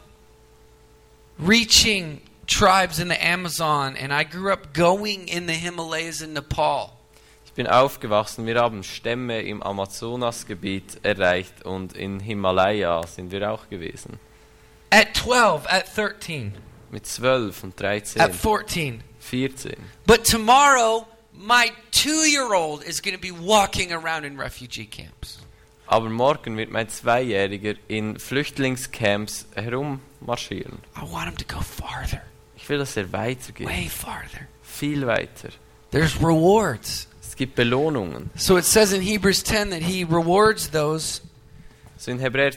[SPEAKER 1] reaching tribes in the Amazon, and I grew up going in the Himalayas in Nepal.
[SPEAKER 2] Ich bin aufgewachsen, wir haben Stämme im Amazonasgebiet erreicht und in Himalaya sind wir auch gewesen.
[SPEAKER 1] At 12, at 13,
[SPEAKER 2] Mit 12 und 13,
[SPEAKER 1] at 14.
[SPEAKER 2] 14.
[SPEAKER 1] But tomorrow, my two year old is going to be walking around in refugee camps.
[SPEAKER 2] Aber morgen wird mein Zweijähriger in Flüchtlingscamps herummarschieren.
[SPEAKER 1] I want him to go farther,
[SPEAKER 2] Ich will, dass er weitergeht.
[SPEAKER 1] way farther.
[SPEAKER 2] Viel weiter.
[SPEAKER 1] There's rewards.
[SPEAKER 2] Es gibt Belohnungen.
[SPEAKER 1] So it says in Hebrews 10 that he rewards those.
[SPEAKER 2] So in Hebräer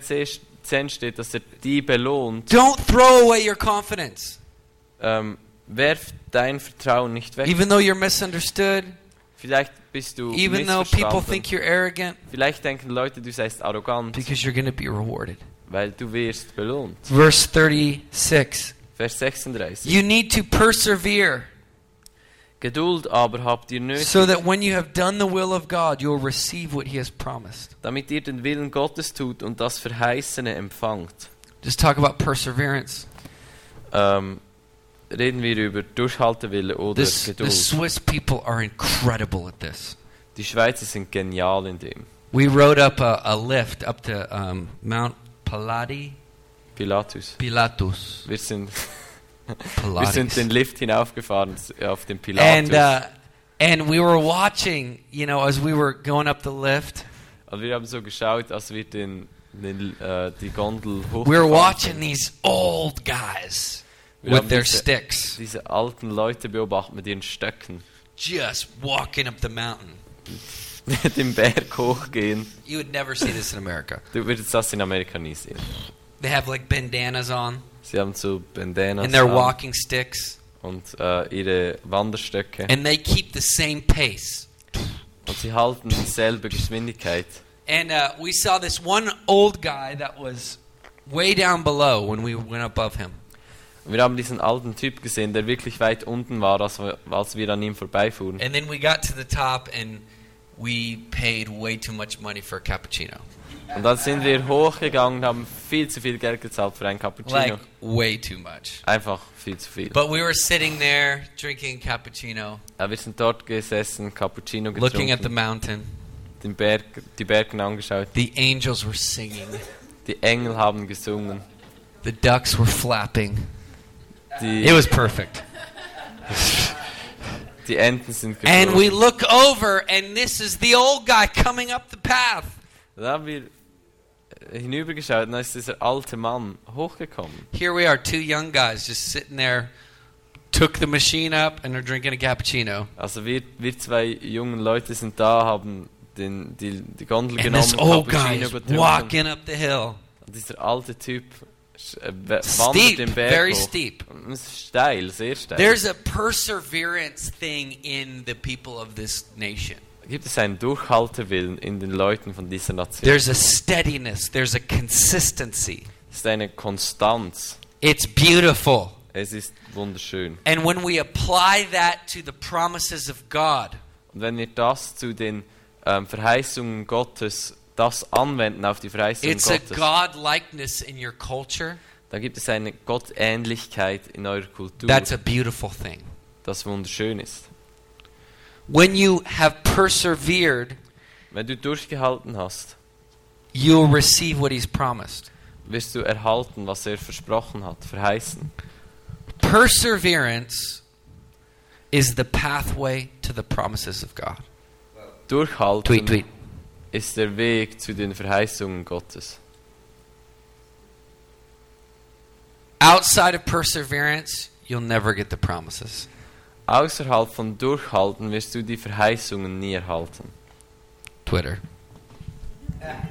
[SPEAKER 2] 10 steht, dass er die belohnt.
[SPEAKER 1] Don't throw away your confidence,
[SPEAKER 2] Ähm, werf dein Vertrauen nicht weg.
[SPEAKER 1] even though you're misunderstood,
[SPEAKER 2] Vielleicht bist du
[SPEAKER 1] even though people think
[SPEAKER 2] missverstanden.
[SPEAKER 1] you're arrogant,
[SPEAKER 2] Vielleicht denken Leute, du seist arrogant,
[SPEAKER 1] because you're going to be rewarded.
[SPEAKER 2] weil du wirst belohnt.
[SPEAKER 1] Verse 36
[SPEAKER 2] Vers 36.
[SPEAKER 1] You need to persevere
[SPEAKER 2] Geduld aber habt ihr nötig,
[SPEAKER 1] so that when you have done the will of God, you'll receive what he has promised.
[SPEAKER 2] damit ihr den Willen Gottes tut und das Verheißene empfangt.
[SPEAKER 1] Just talk about perseverance.
[SPEAKER 2] Ähm, reden wir über Durchhaltewille oder
[SPEAKER 1] This, the
[SPEAKER 2] Geduld.
[SPEAKER 1] Swiss people are incredible at this.
[SPEAKER 2] Die Schweizer sind genial in dem.
[SPEAKER 1] We rode up a, a lift up to um, Mount Pilati,
[SPEAKER 2] Pilatus.
[SPEAKER 1] Pilatus.
[SPEAKER 2] Wir sind, wir sind den
[SPEAKER 1] Pilatus.
[SPEAKER 2] Lift hinaufgefahren s- auf den Pilatus.
[SPEAKER 1] And, uh, And we were watching, you know, as we were going up the lift,
[SPEAKER 2] Und Also wir haben so geschaut, als wir den, den, äh, die Gondel hoch.
[SPEAKER 1] we were watching these old guys
[SPEAKER 2] Wir
[SPEAKER 1] with
[SPEAKER 2] haben
[SPEAKER 1] their
[SPEAKER 2] diese-
[SPEAKER 1] sticks
[SPEAKER 2] Diese alten Leute beobachten mit ihren Stöcken.
[SPEAKER 1] just walking up the mountain.
[SPEAKER 2] Mit dem Berg hochgehen.
[SPEAKER 1] You would never see this in America.
[SPEAKER 2] Du würdest das in Amerika nie sehen.
[SPEAKER 1] They have like bandanas on
[SPEAKER 2] Sie haben so Bandanas
[SPEAKER 1] and their
[SPEAKER 2] an
[SPEAKER 1] walking sticks
[SPEAKER 2] und äh, ihre Wanderstöcke.
[SPEAKER 1] and they keep the same pace.
[SPEAKER 2] Und sie halten dieselbe Geschwindigkeit.
[SPEAKER 1] And uh, we saw this one old guy that was way down below when we went above him.
[SPEAKER 2] Und wir haben diesen alten Typ gesehen, der wirklich weit unten war, als wir, als wir an ihm vorbeifuhren.
[SPEAKER 1] And then we got to the top and we paid way too much money for a cappuccino.
[SPEAKER 2] Und dann sind wir hochgegangen und haben viel zu viel Geld gezahlt für einen Cappuccino.
[SPEAKER 1] Like, way too much.
[SPEAKER 2] Einfach viel zu viel.
[SPEAKER 1] But we were sitting there drinking cappuccino,
[SPEAKER 2] Ja, wir sind dort gesessen, Cappuccino
[SPEAKER 1] looking at the
[SPEAKER 2] getrunken,
[SPEAKER 1] mountain.
[SPEAKER 2] den Berg, die Berge angeschaut.
[SPEAKER 1] The angels were singing,
[SPEAKER 2] Die Engel haben gesungen.
[SPEAKER 1] the ducks were flapping. It
[SPEAKER 2] Die,
[SPEAKER 1] was perfect.
[SPEAKER 2] die Enten sind
[SPEAKER 1] And we
[SPEAKER 2] geflogen.
[SPEAKER 1] look over, and this is the old guy coming up the path.
[SPEAKER 2] Dann haben wir äh, hinübergeschaut und dann ist dieser alte Mann hochgekommen.
[SPEAKER 1] Here we are, two young guys just sitting there, took the machine up, and are drinking a cappuccino.
[SPEAKER 2] Also wir, wir zwei jungen Leute sind da, haben den, die, die Gondel
[SPEAKER 1] And
[SPEAKER 2] genommen,
[SPEAKER 1] this old guy
[SPEAKER 2] Cappuccino
[SPEAKER 1] is
[SPEAKER 2] getrunken.
[SPEAKER 1] walking up the hill.
[SPEAKER 2] Und dieser alte Typ sch- äh, we-
[SPEAKER 1] Steep,
[SPEAKER 2] wandert den Berg
[SPEAKER 1] very
[SPEAKER 2] hoch.
[SPEAKER 1] steep.
[SPEAKER 2] Und es ist steil, sehr steil.
[SPEAKER 1] There's a perseverance thing in the people of this nation.
[SPEAKER 2] Gibt es einen Durchhaltewillen in den Leuten von dieser Nation?
[SPEAKER 1] There's a steadiness, there's a consistency.
[SPEAKER 2] es ist eine Konstanz.
[SPEAKER 1] It's beautiful.
[SPEAKER 2] Es ist wunderschön.
[SPEAKER 1] And when we apply that to the promises of God,
[SPEAKER 2] Und wenn wir das zu den ähm, Verheißungen Gottes, das anwenden auf die Verheißungen
[SPEAKER 1] it's a
[SPEAKER 2] Gottes,
[SPEAKER 1] God likeness in your culture.
[SPEAKER 2] dann gibt es eine Gottähnlichkeit in eurer Kultur,
[SPEAKER 1] That's a beautiful thing.
[SPEAKER 2] das wunderschön ist.
[SPEAKER 1] When you have persevered,
[SPEAKER 2] Wenn du durchgehalten hast,
[SPEAKER 1] you'll receive what He's promised.
[SPEAKER 2] wirst du erhalten, was er versprochen hat, verheißen.
[SPEAKER 1] Perseverance is the pathway to the promises of God.
[SPEAKER 2] Durchhalten
[SPEAKER 1] Tweet, tweet.
[SPEAKER 2] ist der Weg zu den Verheißungen Gottes.
[SPEAKER 1] Outside of perseverance, you'll never get the promises.
[SPEAKER 2] Außerhalb von Durchhalten wirst du die Verheißungen nie erhalten.
[SPEAKER 1] Twitter.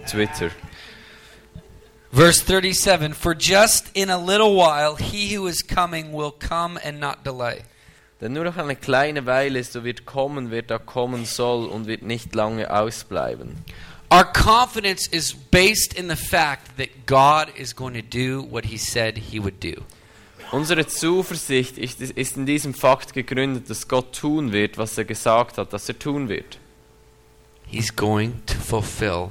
[SPEAKER 2] Twitter.
[SPEAKER 1] Verse 37 For just in a little while he who is coming will come and not delay.
[SPEAKER 2] Denn nur noch eine kleine Weile ist, so wird kommen, wird da kommen soll und wird nicht lange ausbleiben.
[SPEAKER 1] Our confidence is based in the fact that God is going to do what he said he would do.
[SPEAKER 2] Unsere Zuversicht ist, ist in diesem Fakt gegründet, dass Gott tun wird, was er gesagt hat, dass er tun wird.
[SPEAKER 1] He's going to fulfill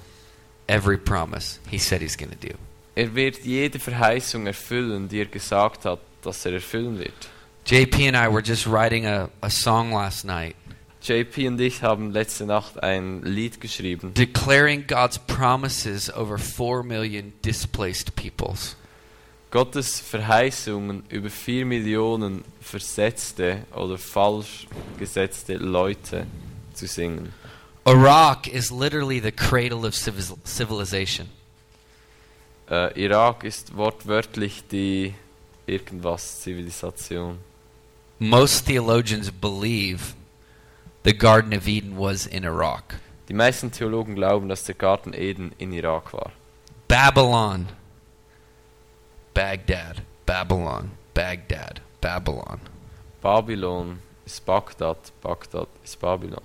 [SPEAKER 1] every promise he said he's going to do.
[SPEAKER 2] Er wird jede Verheißung erfüllen, die er gesagt hat, dass er erfüllen wird.
[SPEAKER 1] JP and I were just writing a, a song last night
[SPEAKER 2] JP und ich haben letzte Nacht ein Lied geschrieben,
[SPEAKER 1] declaring God's promises over 4 million displaced peoples.
[SPEAKER 2] Gottes Verheißungen über vier Millionen versetzte oder falsch gesetzte Leute zu singen.
[SPEAKER 1] Iraq is literally the cradle of civil- civilization.
[SPEAKER 2] Äh, Irak ist wortwörtlich die irgendwas Zivilisation.
[SPEAKER 1] Most theologians believe the Garden of Eden was in Iraq.
[SPEAKER 2] Die meisten Theologen glauben, dass der Garten Eden in Irak war.
[SPEAKER 1] Babylon, Baghdad, Babylon, Baghdad, Babylon.
[SPEAKER 2] Babylon ist Bagdad, Bagdad ist Babylon.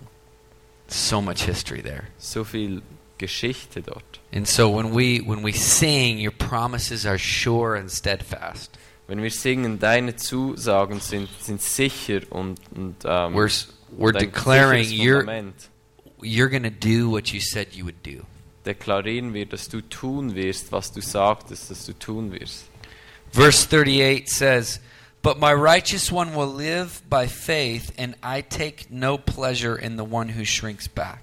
[SPEAKER 1] So much history there.
[SPEAKER 2] So viel Geschichte dort.
[SPEAKER 1] And so when we when we sing, your promises are sure and steadfast.
[SPEAKER 2] Wenn wir singen, deine Zusagen sind, sind sicher und, und ähm,
[SPEAKER 1] We're s- we're
[SPEAKER 2] und ein
[SPEAKER 1] declaring
[SPEAKER 2] sicheres
[SPEAKER 1] you're
[SPEAKER 2] Fundament.
[SPEAKER 1] you're going to do what you said you would do.
[SPEAKER 2] deklarieren wir, dass du tun wirst, was du sagtest, dass du tun wirst.
[SPEAKER 1] Verse 38 says, But my righteous one will live by faith, and I take no pleasure in the one who shrinks back.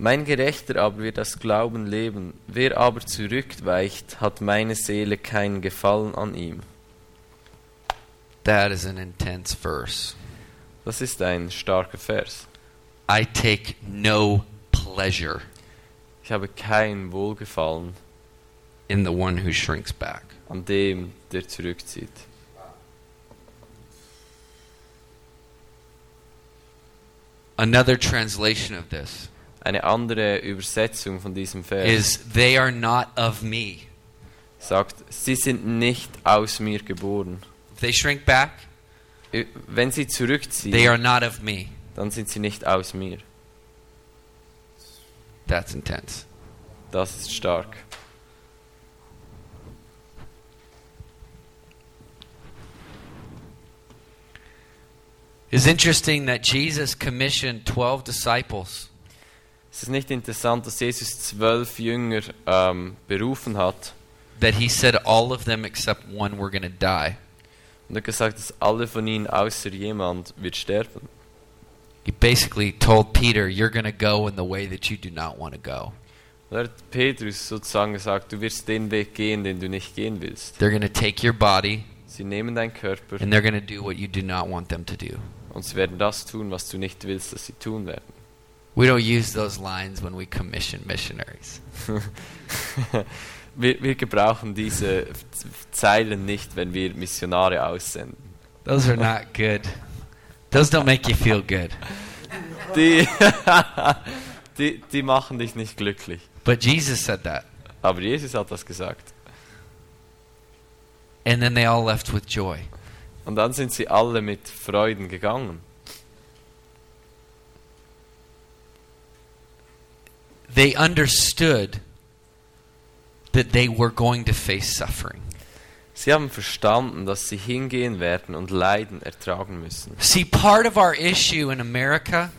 [SPEAKER 2] Mein Gerechter aber wird aus Glauben leben. Wer aber zurückweicht, hat meine Seele keinen Gefallen an ihm.
[SPEAKER 1] That is an intense verse.
[SPEAKER 2] Das ist ein starker Vers.
[SPEAKER 1] I take no pleasure
[SPEAKER 2] Ich habe kein Wohlgefallen
[SPEAKER 1] in the one who shrinks back.
[SPEAKER 2] an dem, der zurückzieht.
[SPEAKER 1] Another translation of this
[SPEAKER 2] Eine andere Übersetzung von diesem Vers
[SPEAKER 1] is they are not of me.
[SPEAKER 2] sagt, sie sind nicht aus mir geboren.
[SPEAKER 1] If they shrink back,
[SPEAKER 2] Ü- Wenn sie
[SPEAKER 1] they
[SPEAKER 2] zurückziehen,
[SPEAKER 1] are not of me.
[SPEAKER 2] dann sind sie nicht aus mir.
[SPEAKER 1] That's intense.
[SPEAKER 2] Das ist stark.
[SPEAKER 1] It's interesting that Jesus commissioned 12 disciples
[SPEAKER 2] Es ist nicht interessant, dass Jesus zwölf Jünger ähm, berufen hat
[SPEAKER 1] that he said all of them except one were going to die.
[SPEAKER 2] und hat gesagt, dass alle von ihnen außer jemand wird sterben.
[SPEAKER 1] He basically told Peter, You're going to go in the way that you do not want to go.
[SPEAKER 2] Und er hat Petrus sozusagen gesagt, du wirst den Weg gehen, den du nicht gehen willst.
[SPEAKER 1] They're going to take your body
[SPEAKER 2] Sie nehmen deinen Körper
[SPEAKER 1] and they're going to do what you do not want them to do.
[SPEAKER 2] und sie werden das tun, was du nicht willst, dass sie tun werden.
[SPEAKER 1] We don't use those lines when we commission missionaries.
[SPEAKER 2] wir, wir gebrauchen diese Z- Zeilen nicht, wenn wir Missionare aussenden.
[SPEAKER 1] Those are not good. Those don't make you feel good.
[SPEAKER 2] Die, die, die machen dich nicht glücklich.
[SPEAKER 1] But Jesus said that.
[SPEAKER 2] Aber Jesus hat das gesagt.
[SPEAKER 1] And then they all left with joy.
[SPEAKER 2] Und dann sind sie alle mit Freuden gegangen.
[SPEAKER 1] They understood that they were going to face suffering.
[SPEAKER 2] Sie haben verstanden, dass sie hingehen werden und Leiden ertragen müssen.
[SPEAKER 1] See, part of our issue in America,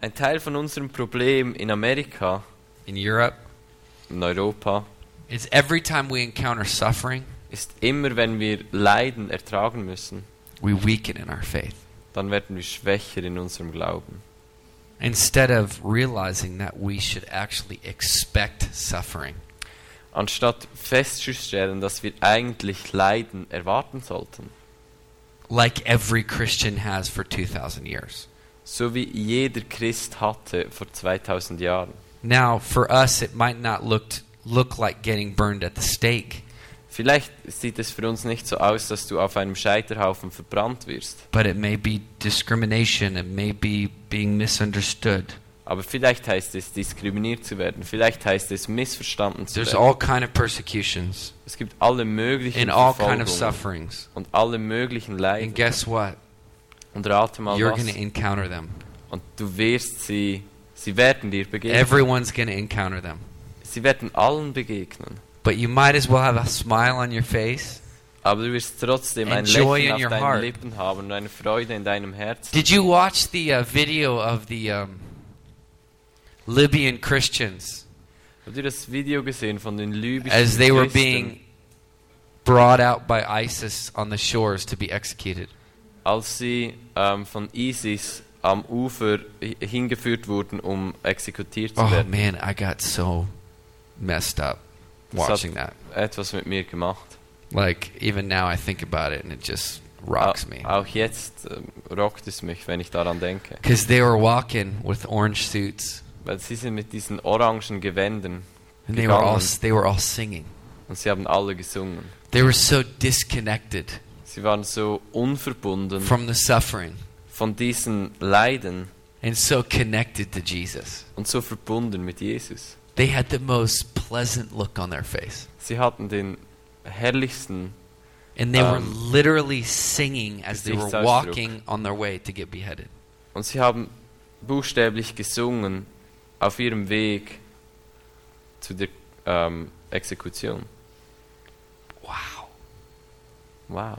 [SPEAKER 2] Ein Teil von unserem Problem in Amerika,
[SPEAKER 1] in Europe,
[SPEAKER 2] in Europa,
[SPEAKER 1] is every time we encounter suffering,
[SPEAKER 2] ist immer, wenn wir Leiden ertragen müssen,
[SPEAKER 1] we weaken in our faith.
[SPEAKER 2] dann werden wir schwächer in unserem Glauben.
[SPEAKER 1] Instead of realizing that we should actually expect suffering.
[SPEAKER 2] Anstatt festzustellen, dass wir eigentlich Leiden erwarten sollten,
[SPEAKER 1] like every Christian has for 2,000 years.
[SPEAKER 2] so wie jeder Christ hatte vor 2000 Jahren.
[SPEAKER 1] Now, for us, it might not look, look like getting burned at the stake,
[SPEAKER 2] Vielleicht sieht es für uns nicht so aus, dass du auf einem Scheiterhaufen verbrannt wirst,
[SPEAKER 1] but it may be discrimination, it may be being misunderstood.
[SPEAKER 2] aber vielleicht heißt es, diskriminiert zu werden, vielleicht heißt es, missverstanden zu
[SPEAKER 1] There's
[SPEAKER 2] werden.
[SPEAKER 1] all kind of persecutions
[SPEAKER 2] Es gibt alle
[SPEAKER 1] and
[SPEAKER 2] möglichen
[SPEAKER 1] all kind of
[SPEAKER 2] Verfolgungen
[SPEAKER 1] sufferings.
[SPEAKER 2] und alle möglichen
[SPEAKER 1] And
[SPEAKER 2] Leiden.
[SPEAKER 1] guess what?
[SPEAKER 2] Und rate mal
[SPEAKER 1] You're
[SPEAKER 2] was.
[SPEAKER 1] going to encounter them.
[SPEAKER 2] Und du wirst sie, sie werden dir begegnen.
[SPEAKER 1] Everyone's going to encounter them.
[SPEAKER 2] Sie werden allen begegnen.
[SPEAKER 1] But you might as well have a smile on your face.
[SPEAKER 2] Aber du wirst trotzdem
[SPEAKER 1] And
[SPEAKER 2] ein
[SPEAKER 1] joy in
[SPEAKER 2] Lächeln auf
[SPEAKER 1] your
[SPEAKER 2] deinen
[SPEAKER 1] heart.
[SPEAKER 2] Lippen haben und eine Freude in deinem Herzen.
[SPEAKER 1] Did you watch the uh, video of the um, Libyan Christians?
[SPEAKER 2] Habt ihr das Video gesehen von den libyschen
[SPEAKER 1] as they were
[SPEAKER 2] Christen,
[SPEAKER 1] being brought out by ISIS on the shores to be executed.
[SPEAKER 2] als sie ähm, von ISIS am Ufer hi- hingeführt wurden, um exekutiert zu
[SPEAKER 1] Oh
[SPEAKER 2] werden?
[SPEAKER 1] man, I got so messed up
[SPEAKER 2] Das
[SPEAKER 1] watching
[SPEAKER 2] hat
[SPEAKER 1] that.
[SPEAKER 2] etwas mit mir gemacht.
[SPEAKER 1] Like even now I think about it and it just rocks
[SPEAKER 2] Au-
[SPEAKER 1] me.
[SPEAKER 2] Auch jetzt ähm, rockt es mich, wenn ich daran denke.
[SPEAKER 1] Cuz they were walking with orange suits
[SPEAKER 2] Weil sie sind mit diesen orangen Gewändern
[SPEAKER 1] and they were all
[SPEAKER 2] Gegangen.
[SPEAKER 1] they were all singing.
[SPEAKER 2] und sie haben alle gesungen.
[SPEAKER 1] They were so disconnected
[SPEAKER 2] Sie waren so unverbunden
[SPEAKER 1] from the suffering
[SPEAKER 2] von diesen Leiden
[SPEAKER 1] and so connected to Jesus.
[SPEAKER 2] und so verbunden mit Jesus.
[SPEAKER 1] They had the most pleasant look on their face.
[SPEAKER 2] Sie hatten den herrlichsten,
[SPEAKER 1] And they were
[SPEAKER 2] Um,
[SPEAKER 1] literally singing as they were
[SPEAKER 2] Gesichtsausdruck.
[SPEAKER 1] walking on their way to get beheaded.
[SPEAKER 2] und sie haben buchstäblich gesungen auf ihrem Weg zu der ähm, Exekution.
[SPEAKER 1] Wow.
[SPEAKER 2] Wow,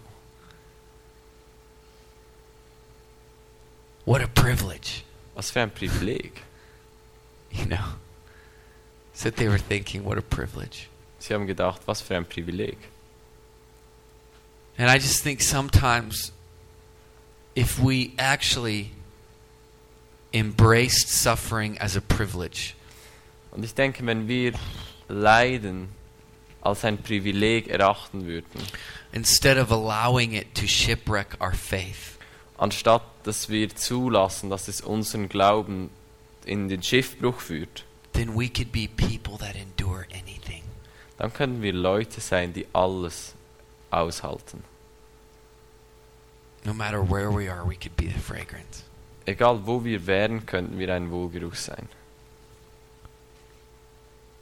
[SPEAKER 1] What a privilege,
[SPEAKER 2] was für ein Privileg.
[SPEAKER 1] you know. So they were thinking, what a privilege.
[SPEAKER 2] Sie haben gedacht, was für ein Privileg.
[SPEAKER 1] And I just think sometimes if we actually embraced suffering as a privilege,
[SPEAKER 2] Und ich denke, wenn wir Leiden als ein Privileg erachten würden,
[SPEAKER 1] instead of allowing it to shipwreck our faith,
[SPEAKER 2] anstatt dass wir zulassen, dass es unseren Glauben in den Schiffbruch führt,
[SPEAKER 1] then we could be people that endure anything.
[SPEAKER 2] dann können wir Leute sein, die alles aushalten.
[SPEAKER 1] No matter where we are, we could be the fragrance.
[SPEAKER 2] Egal wo wir wären, könnten wir ein Wohlgeruch sein.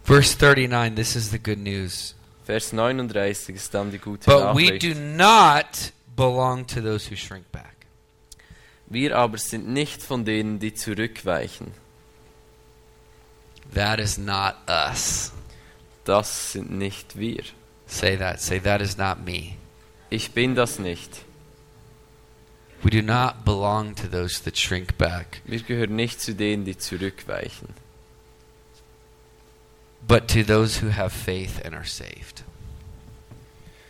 [SPEAKER 1] Verse 39, this is the good news.
[SPEAKER 2] Vers 39 ist dann die gute
[SPEAKER 1] But we
[SPEAKER 2] Nachricht.
[SPEAKER 1] do not belong to those who shrink back.
[SPEAKER 2] Wir aber sind nicht von denen, die zurückweichen.
[SPEAKER 1] That is not us.
[SPEAKER 2] Das sind nicht wir.
[SPEAKER 1] Say that. Say, that is not me.
[SPEAKER 2] Ich bin das nicht.
[SPEAKER 1] We do not belong to those that shrink back,
[SPEAKER 2] Wir gehören nicht zu denen, die zurückweichen,
[SPEAKER 1] but to those who have faith and are saved.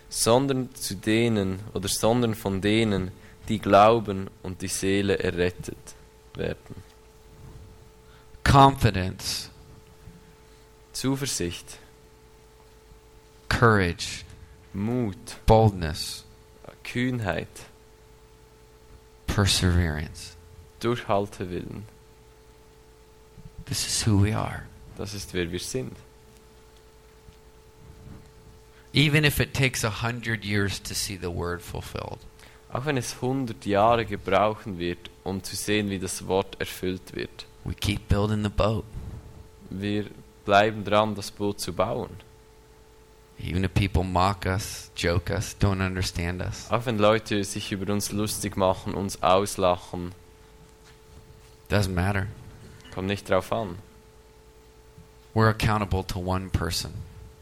[SPEAKER 2] sondern zu denen oder sondern von denen, die glauben und die Seele errettet werden.
[SPEAKER 1] Confidence,
[SPEAKER 2] Zuversicht,
[SPEAKER 1] courage,
[SPEAKER 2] Mut,
[SPEAKER 1] boldness,
[SPEAKER 2] Kühnheit,
[SPEAKER 1] perseverance.
[SPEAKER 2] Durchhaltewillen.
[SPEAKER 1] This is who we are.
[SPEAKER 2] Das ist wer wir sind.
[SPEAKER 1] Even if it takes a hundred years to see the word fulfilled,
[SPEAKER 2] Auch wenn es 100 Jahre gebrauchen wird, um zu sehen, wie das Wort erfüllt wird.
[SPEAKER 1] we keep building the boat.
[SPEAKER 2] Wir bleiben dran, das Boot zu bauen.
[SPEAKER 1] Even if people mock us, joke us, don't understand us,
[SPEAKER 2] Auch wenn Leute sich über uns lustig machen, uns auslachen,
[SPEAKER 1] doesn't matter.
[SPEAKER 2] kommt nicht drauf an.
[SPEAKER 1] We're accountable to one person.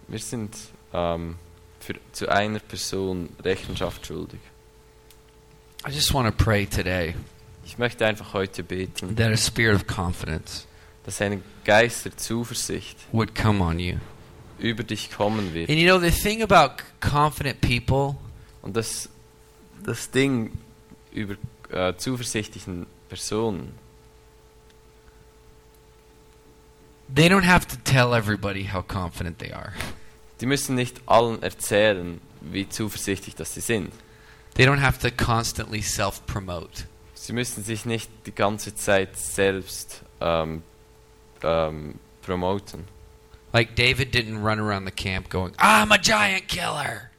[SPEAKER 2] Wir sind ähm, für, zu einer Person Rechenschaft schuldig.
[SPEAKER 1] I just want to pray today
[SPEAKER 2] Ich möchte einfach heute beten,
[SPEAKER 1] that a spirit of confidence
[SPEAKER 2] dass ein Geist der Zuversicht
[SPEAKER 1] would come on you.
[SPEAKER 2] über dich kommen wird.
[SPEAKER 1] And you know, the thing about c- confident people
[SPEAKER 2] Und das, das Ding über äh, zuversichtlichen Personen,
[SPEAKER 1] They don't have to tell everybody how confident they are.
[SPEAKER 2] die müssen nicht allen erzählen, wie zuversichtlich dass sie sind.
[SPEAKER 1] They don't have to constantly self promote.
[SPEAKER 2] Sie müssen sich nicht die ganze Zeit selbst ähm, ähm, promoten.
[SPEAKER 1] Like David didn't run around the camp going, I'm a giant killer.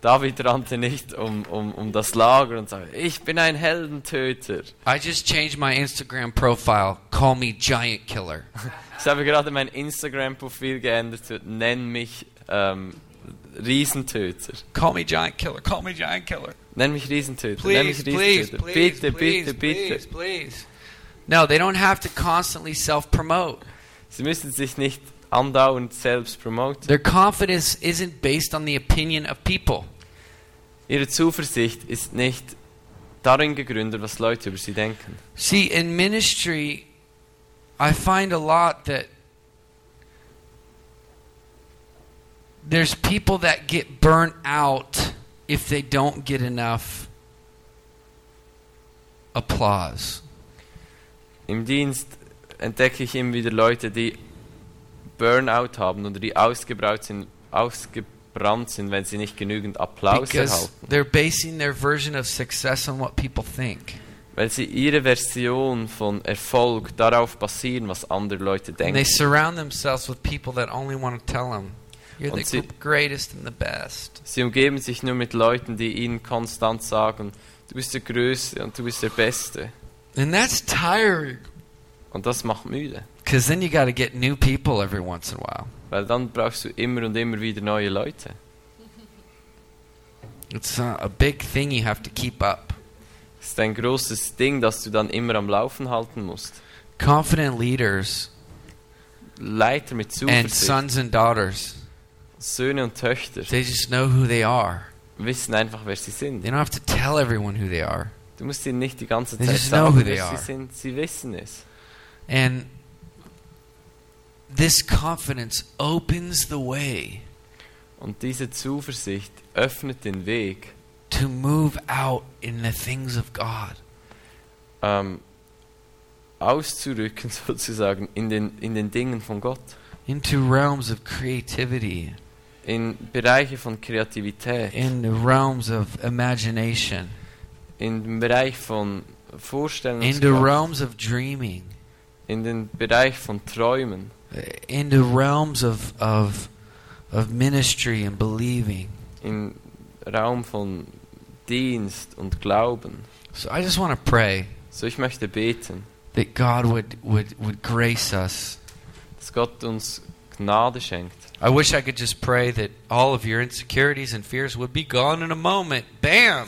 [SPEAKER 2] David rannte nicht um, um, um das Lager und sagte, ich bin ein Heldentöter.
[SPEAKER 1] I just changed my Instagram profile. Call me giant killer.
[SPEAKER 2] Ich habe gerade mein Instagram-Profil geändert, zu, nenn mich ähm, Riesentöter.
[SPEAKER 1] Call me giant killer. Call me giant killer.
[SPEAKER 2] Nenn mich Riesentöter, nenn
[SPEAKER 1] Please,
[SPEAKER 2] mich
[SPEAKER 1] please,
[SPEAKER 2] Riesentöter.
[SPEAKER 1] please,
[SPEAKER 2] bitte,
[SPEAKER 1] please,
[SPEAKER 2] bitte,
[SPEAKER 1] please,
[SPEAKER 2] bitte.
[SPEAKER 1] please. No, they don't have to constantly self promote.
[SPEAKER 2] Sie müssen sich nicht andauernd selbst promoten.
[SPEAKER 1] Their confidence isn't based on the opinion of people.
[SPEAKER 2] Ihre Zuversicht ist nicht darin gegründet, was Leute über sie denken.
[SPEAKER 1] See, in ministry, I find a lot that there's people that get burnt out if they don't get enough applause.
[SPEAKER 2] Im Dienst entdecke ich immer wieder Leute, die Burnout haben oder die ausgebrannt sind, ausgebrannt sind wenn sie nicht genügend Applaus
[SPEAKER 1] Because
[SPEAKER 2] erhalten.
[SPEAKER 1] they're basing their version of success on what people think.
[SPEAKER 2] Weil sie ihre Version von Erfolg darauf basieren, was andere Leute
[SPEAKER 1] And they
[SPEAKER 2] denken.
[SPEAKER 1] surround themselves with people that only want to tell them, you're
[SPEAKER 2] Und
[SPEAKER 1] the
[SPEAKER 2] sie-
[SPEAKER 1] gr- greatest and the best.
[SPEAKER 2] Sie umgeben sich nur mit Leuten, die ihnen konstant sagen, du bist der Größte und du bist der Beste.
[SPEAKER 1] And that's tiring.
[SPEAKER 2] Und das macht müde.
[SPEAKER 1] Because then you got to get new people every once in a while.
[SPEAKER 2] Weil dann brauchst du immer und immer wieder neue Leute.
[SPEAKER 1] It's uh, a big thing you have to keep up.
[SPEAKER 2] Das ist ein großes Ding, das du dann immer am Laufen halten musst.
[SPEAKER 1] Confident leaders
[SPEAKER 2] Leiter mit
[SPEAKER 1] and
[SPEAKER 2] Zuversicht,
[SPEAKER 1] sons and daughters,
[SPEAKER 2] Söhne und Töchter
[SPEAKER 1] they just know who they are.
[SPEAKER 2] wissen einfach, wer sie
[SPEAKER 1] They
[SPEAKER 2] sind.
[SPEAKER 1] don't have to tell everyone who they are.
[SPEAKER 2] Du musst ihnen nicht die ganze
[SPEAKER 1] They
[SPEAKER 2] Zeit
[SPEAKER 1] just know who
[SPEAKER 2] sagen,
[SPEAKER 1] they
[SPEAKER 2] wer
[SPEAKER 1] are.
[SPEAKER 2] sie sind. Sie wissen es.
[SPEAKER 1] And this confidence opens the way
[SPEAKER 2] Und diese Zuversicht öffnet den Weg,
[SPEAKER 1] to move out in the things of God.
[SPEAKER 2] ähm, auszurücken sozusagen in den, in den Dingen von Gott,
[SPEAKER 1] into realms of creativity,
[SPEAKER 2] in Bereiche von Kreativität,
[SPEAKER 1] in the realms of imagination,
[SPEAKER 2] im Bereich von Vorstellungen,
[SPEAKER 1] in the realms of dreaming,
[SPEAKER 2] in den Bereich von Träumen,
[SPEAKER 1] in the realms of, of, of ministry and believing.
[SPEAKER 2] im Raum von Dienst und Glauben.
[SPEAKER 1] So I just want to pray
[SPEAKER 2] So ich möchte beten,
[SPEAKER 1] that God would, would, would grace us.
[SPEAKER 2] dass Gott uns Gnade schenkt.
[SPEAKER 1] I wish I could just pray that all of your insecurities and fears would be gone in a moment. Bam!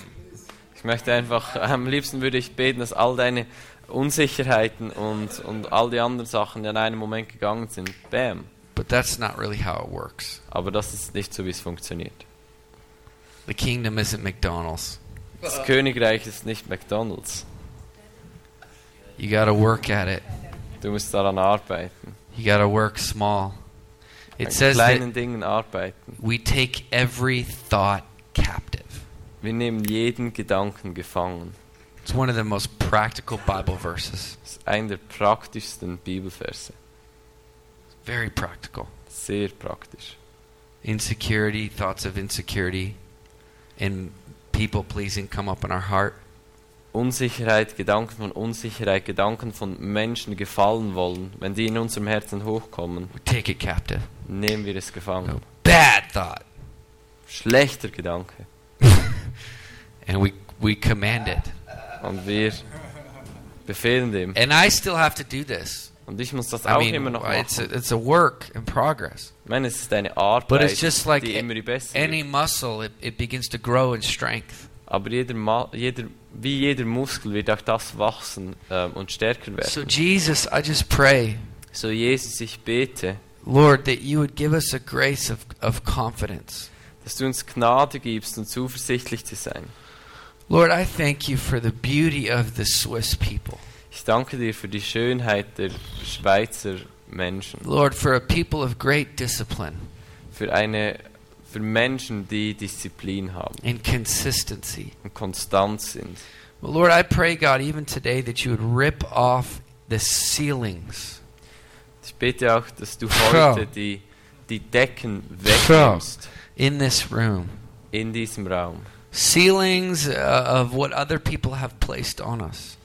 [SPEAKER 2] Ich möchte einfach, am liebsten würde ich beten, dass all deine Unsicherheiten und, und all die anderen Sachen die in einem Moment gegangen sind. Bam.
[SPEAKER 1] But that's not really how it works.
[SPEAKER 2] Aber das ist nicht so, wie es funktioniert.
[SPEAKER 1] The kingdom isn't McDonald's.
[SPEAKER 2] Das Königreich ist nicht McDonald's.
[SPEAKER 1] You got to work at it.
[SPEAKER 2] Du musst daran arbeiten.
[SPEAKER 1] You got to work small. It
[SPEAKER 2] An
[SPEAKER 1] says that
[SPEAKER 2] kleinen Dingen arbeiten.
[SPEAKER 1] we take every thought captive.
[SPEAKER 2] Wir nehmen jeden Gedanken gefangen.
[SPEAKER 1] It's one of the most practical Bible verses.
[SPEAKER 2] Das ist einer der praktischsten Bibelverse.
[SPEAKER 1] It's very practical.
[SPEAKER 2] Sehr praktisch.
[SPEAKER 1] Insecurity, thoughts of insecurity, and people pleasing come up in our heart.
[SPEAKER 2] Unsicherheit, Gedanken von Unsicherheit, Gedanken von Menschen gefallen wollen, wenn die in unserem Herzen hochkommen,
[SPEAKER 1] We take it captive.
[SPEAKER 2] nehmen wir es gefangen.
[SPEAKER 1] A bad thought.
[SPEAKER 2] Schlechter Gedanke.
[SPEAKER 1] And we, we command it.
[SPEAKER 2] Und wir befehlen dem.
[SPEAKER 1] And I still have to do this.
[SPEAKER 2] Und ich muss das
[SPEAKER 1] I
[SPEAKER 2] auch
[SPEAKER 1] mean,
[SPEAKER 2] immer noch
[SPEAKER 1] it's
[SPEAKER 2] machen.
[SPEAKER 1] a, it's a work in progress.
[SPEAKER 2] Ich meine, es ist eine Arbeit,
[SPEAKER 1] But it's just like
[SPEAKER 2] die immer die beste
[SPEAKER 1] any
[SPEAKER 2] wird.
[SPEAKER 1] muscle, it, it begins to grow in strength.
[SPEAKER 2] Aber jeder, Ma- jeder, wie jeder Muskel wird auch das wachsen ähm, und stärker werden.
[SPEAKER 1] So, Jesus, I just pray,
[SPEAKER 2] So Jesus, ich bete,
[SPEAKER 1] Lord, that you would give us a grace of, of confidence.
[SPEAKER 2] dass du uns Gnade gibst und zuversichtlich zu sein.
[SPEAKER 1] Lord, I thank you for the beauty of the Swiss people.
[SPEAKER 2] Ich danke dir für die Schönheit der Schweizer Menschen,
[SPEAKER 1] Lord, for a people of great discipline
[SPEAKER 2] für eine für Menschen, die Disziplin haben
[SPEAKER 1] and consistency.
[SPEAKER 2] und konstant sind.
[SPEAKER 1] But Lord, I pray, God, even today that you would rip off the ceilings
[SPEAKER 2] Ich bete auch, dass du
[SPEAKER 1] Schau.
[SPEAKER 2] heute die, die Decken
[SPEAKER 1] Schau.
[SPEAKER 2] wegnimmst
[SPEAKER 1] in this room,
[SPEAKER 2] in diesem Raum.
[SPEAKER 1] ceilings uh, of what other people have placed on us,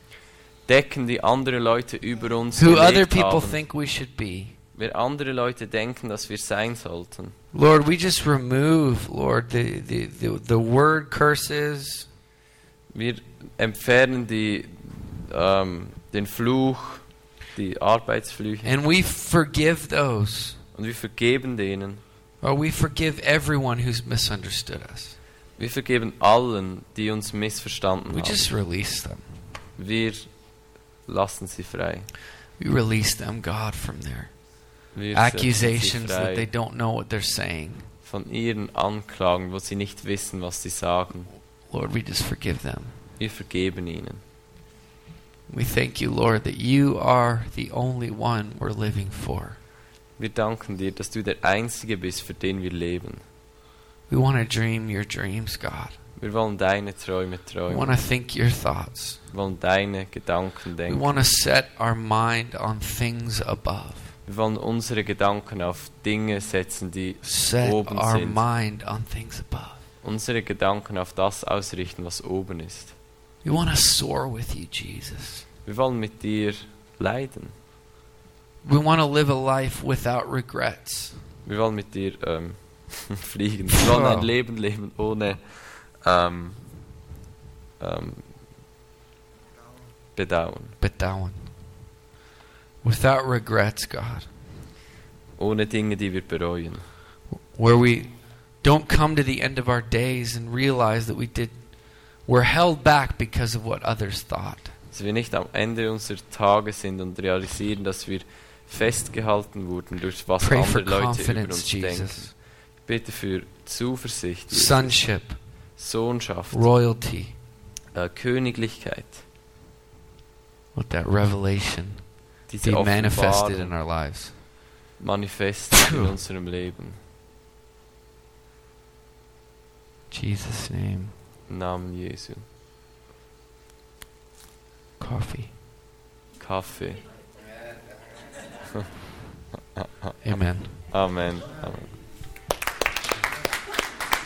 [SPEAKER 2] Decken, die andere Leute über uns
[SPEAKER 1] who
[SPEAKER 2] gelegt
[SPEAKER 1] other people
[SPEAKER 2] haben.
[SPEAKER 1] think we should be.
[SPEAKER 2] wir andere Leute denken, dass wir sein sollten.
[SPEAKER 1] Lord, we just remove, Lord, the, the, the, the word curses,
[SPEAKER 2] Wir entfernen die, ähm, den Fluch, die Arbeitsflüche
[SPEAKER 1] and we forgive those,
[SPEAKER 2] und wir vergeben denen.
[SPEAKER 1] or we forgive everyone who's misunderstood us.
[SPEAKER 2] Wir vergeben allen, die uns missverstanden
[SPEAKER 1] We
[SPEAKER 2] haben.
[SPEAKER 1] just release them.
[SPEAKER 2] Wir lassen sie frei.
[SPEAKER 1] We release them, God, from their
[SPEAKER 2] Wir setzen
[SPEAKER 1] accusations
[SPEAKER 2] sie
[SPEAKER 1] that they
[SPEAKER 2] frei
[SPEAKER 1] don't know what they're saying.
[SPEAKER 2] von ihren Anklagen, wo sie nicht wissen, was sie sagen.
[SPEAKER 1] Lord, we just forgive them.
[SPEAKER 2] Wir vergeben ihnen.
[SPEAKER 1] We thank you, Lord, that you are the only one we're living for.
[SPEAKER 2] Wir danken dir, dass du der Einzige bist, für den wir leben.
[SPEAKER 1] We want to dream your dreams, God.
[SPEAKER 2] Wir wollen deine Träume
[SPEAKER 1] We
[SPEAKER 2] träumen.
[SPEAKER 1] want to think your thoughts.
[SPEAKER 2] Wir wollen deine Gedanken
[SPEAKER 1] We
[SPEAKER 2] denken.
[SPEAKER 1] want to set our mind on things above.
[SPEAKER 2] Wir wollen unsere Gedanken auf Dinge setzen, die
[SPEAKER 1] Set
[SPEAKER 2] oben
[SPEAKER 1] our
[SPEAKER 2] sind.
[SPEAKER 1] mind on things above.
[SPEAKER 2] Unsere Gedanken auf das ausrichten, was oben ist.
[SPEAKER 1] We want to soar with you, Jesus.
[SPEAKER 2] Wir wollen mit dir leiden.
[SPEAKER 1] We want to live a life without regrets.
[SPEAKER 2] Wir wollen mit dir ähm, fliegen. Wir wollen
[SPEAKER 1] Wow.
[SPEAKER 2] ein Leben leben ohne ähm, ähm, Bedauern.
[SPEAKER 1] But that one. Without regrets, God.
[SPEAKER 2] Ohne Dinge, die wir bereuen.
[SPEAKER 1] where we don't come to the end of our days and realize that we did we're held back because of what others thought.
[SPEAKER 2] Dass wir nicht am Ende unserer Tage sind und realisieren, dass wir festgehalten wurden durch was
[SPEAKER 1] Pray for
[SPEAKER 2] andere Leute über
[SPEAKER 1] confidence,
[SPEAKER 2] uns denken.
[SPEAKER 1] Jesus.
[SPEAKER 2] Bitte für Zuversicht, Jesus.
[SPEAKER 1] Sonship,
[SPEAKER 2] Sohnschaft,
[SPEAKER 1] royalty,
[SPEAKER 2] äh, Königlichkeit,
[SPEAKER 1] with that revelation
[SPEAKER 2] diese
[SPEAKER 1] be manifested in
[SPEAKER 2] Offenbarung,
[SPEAKER 1] our lives.
[SPEAKER 2] manifest in unserem Leben.
[SPEAKER 1] Jesus name.
[SPEAKER 2] Im Namen Jesu.
[SPEAKER 1] Coffee.
[SPEAKER 2] Kaffee.
[SPEAKER 1] Amen.
[SPEAKER 2] Oh, Amen. Amen.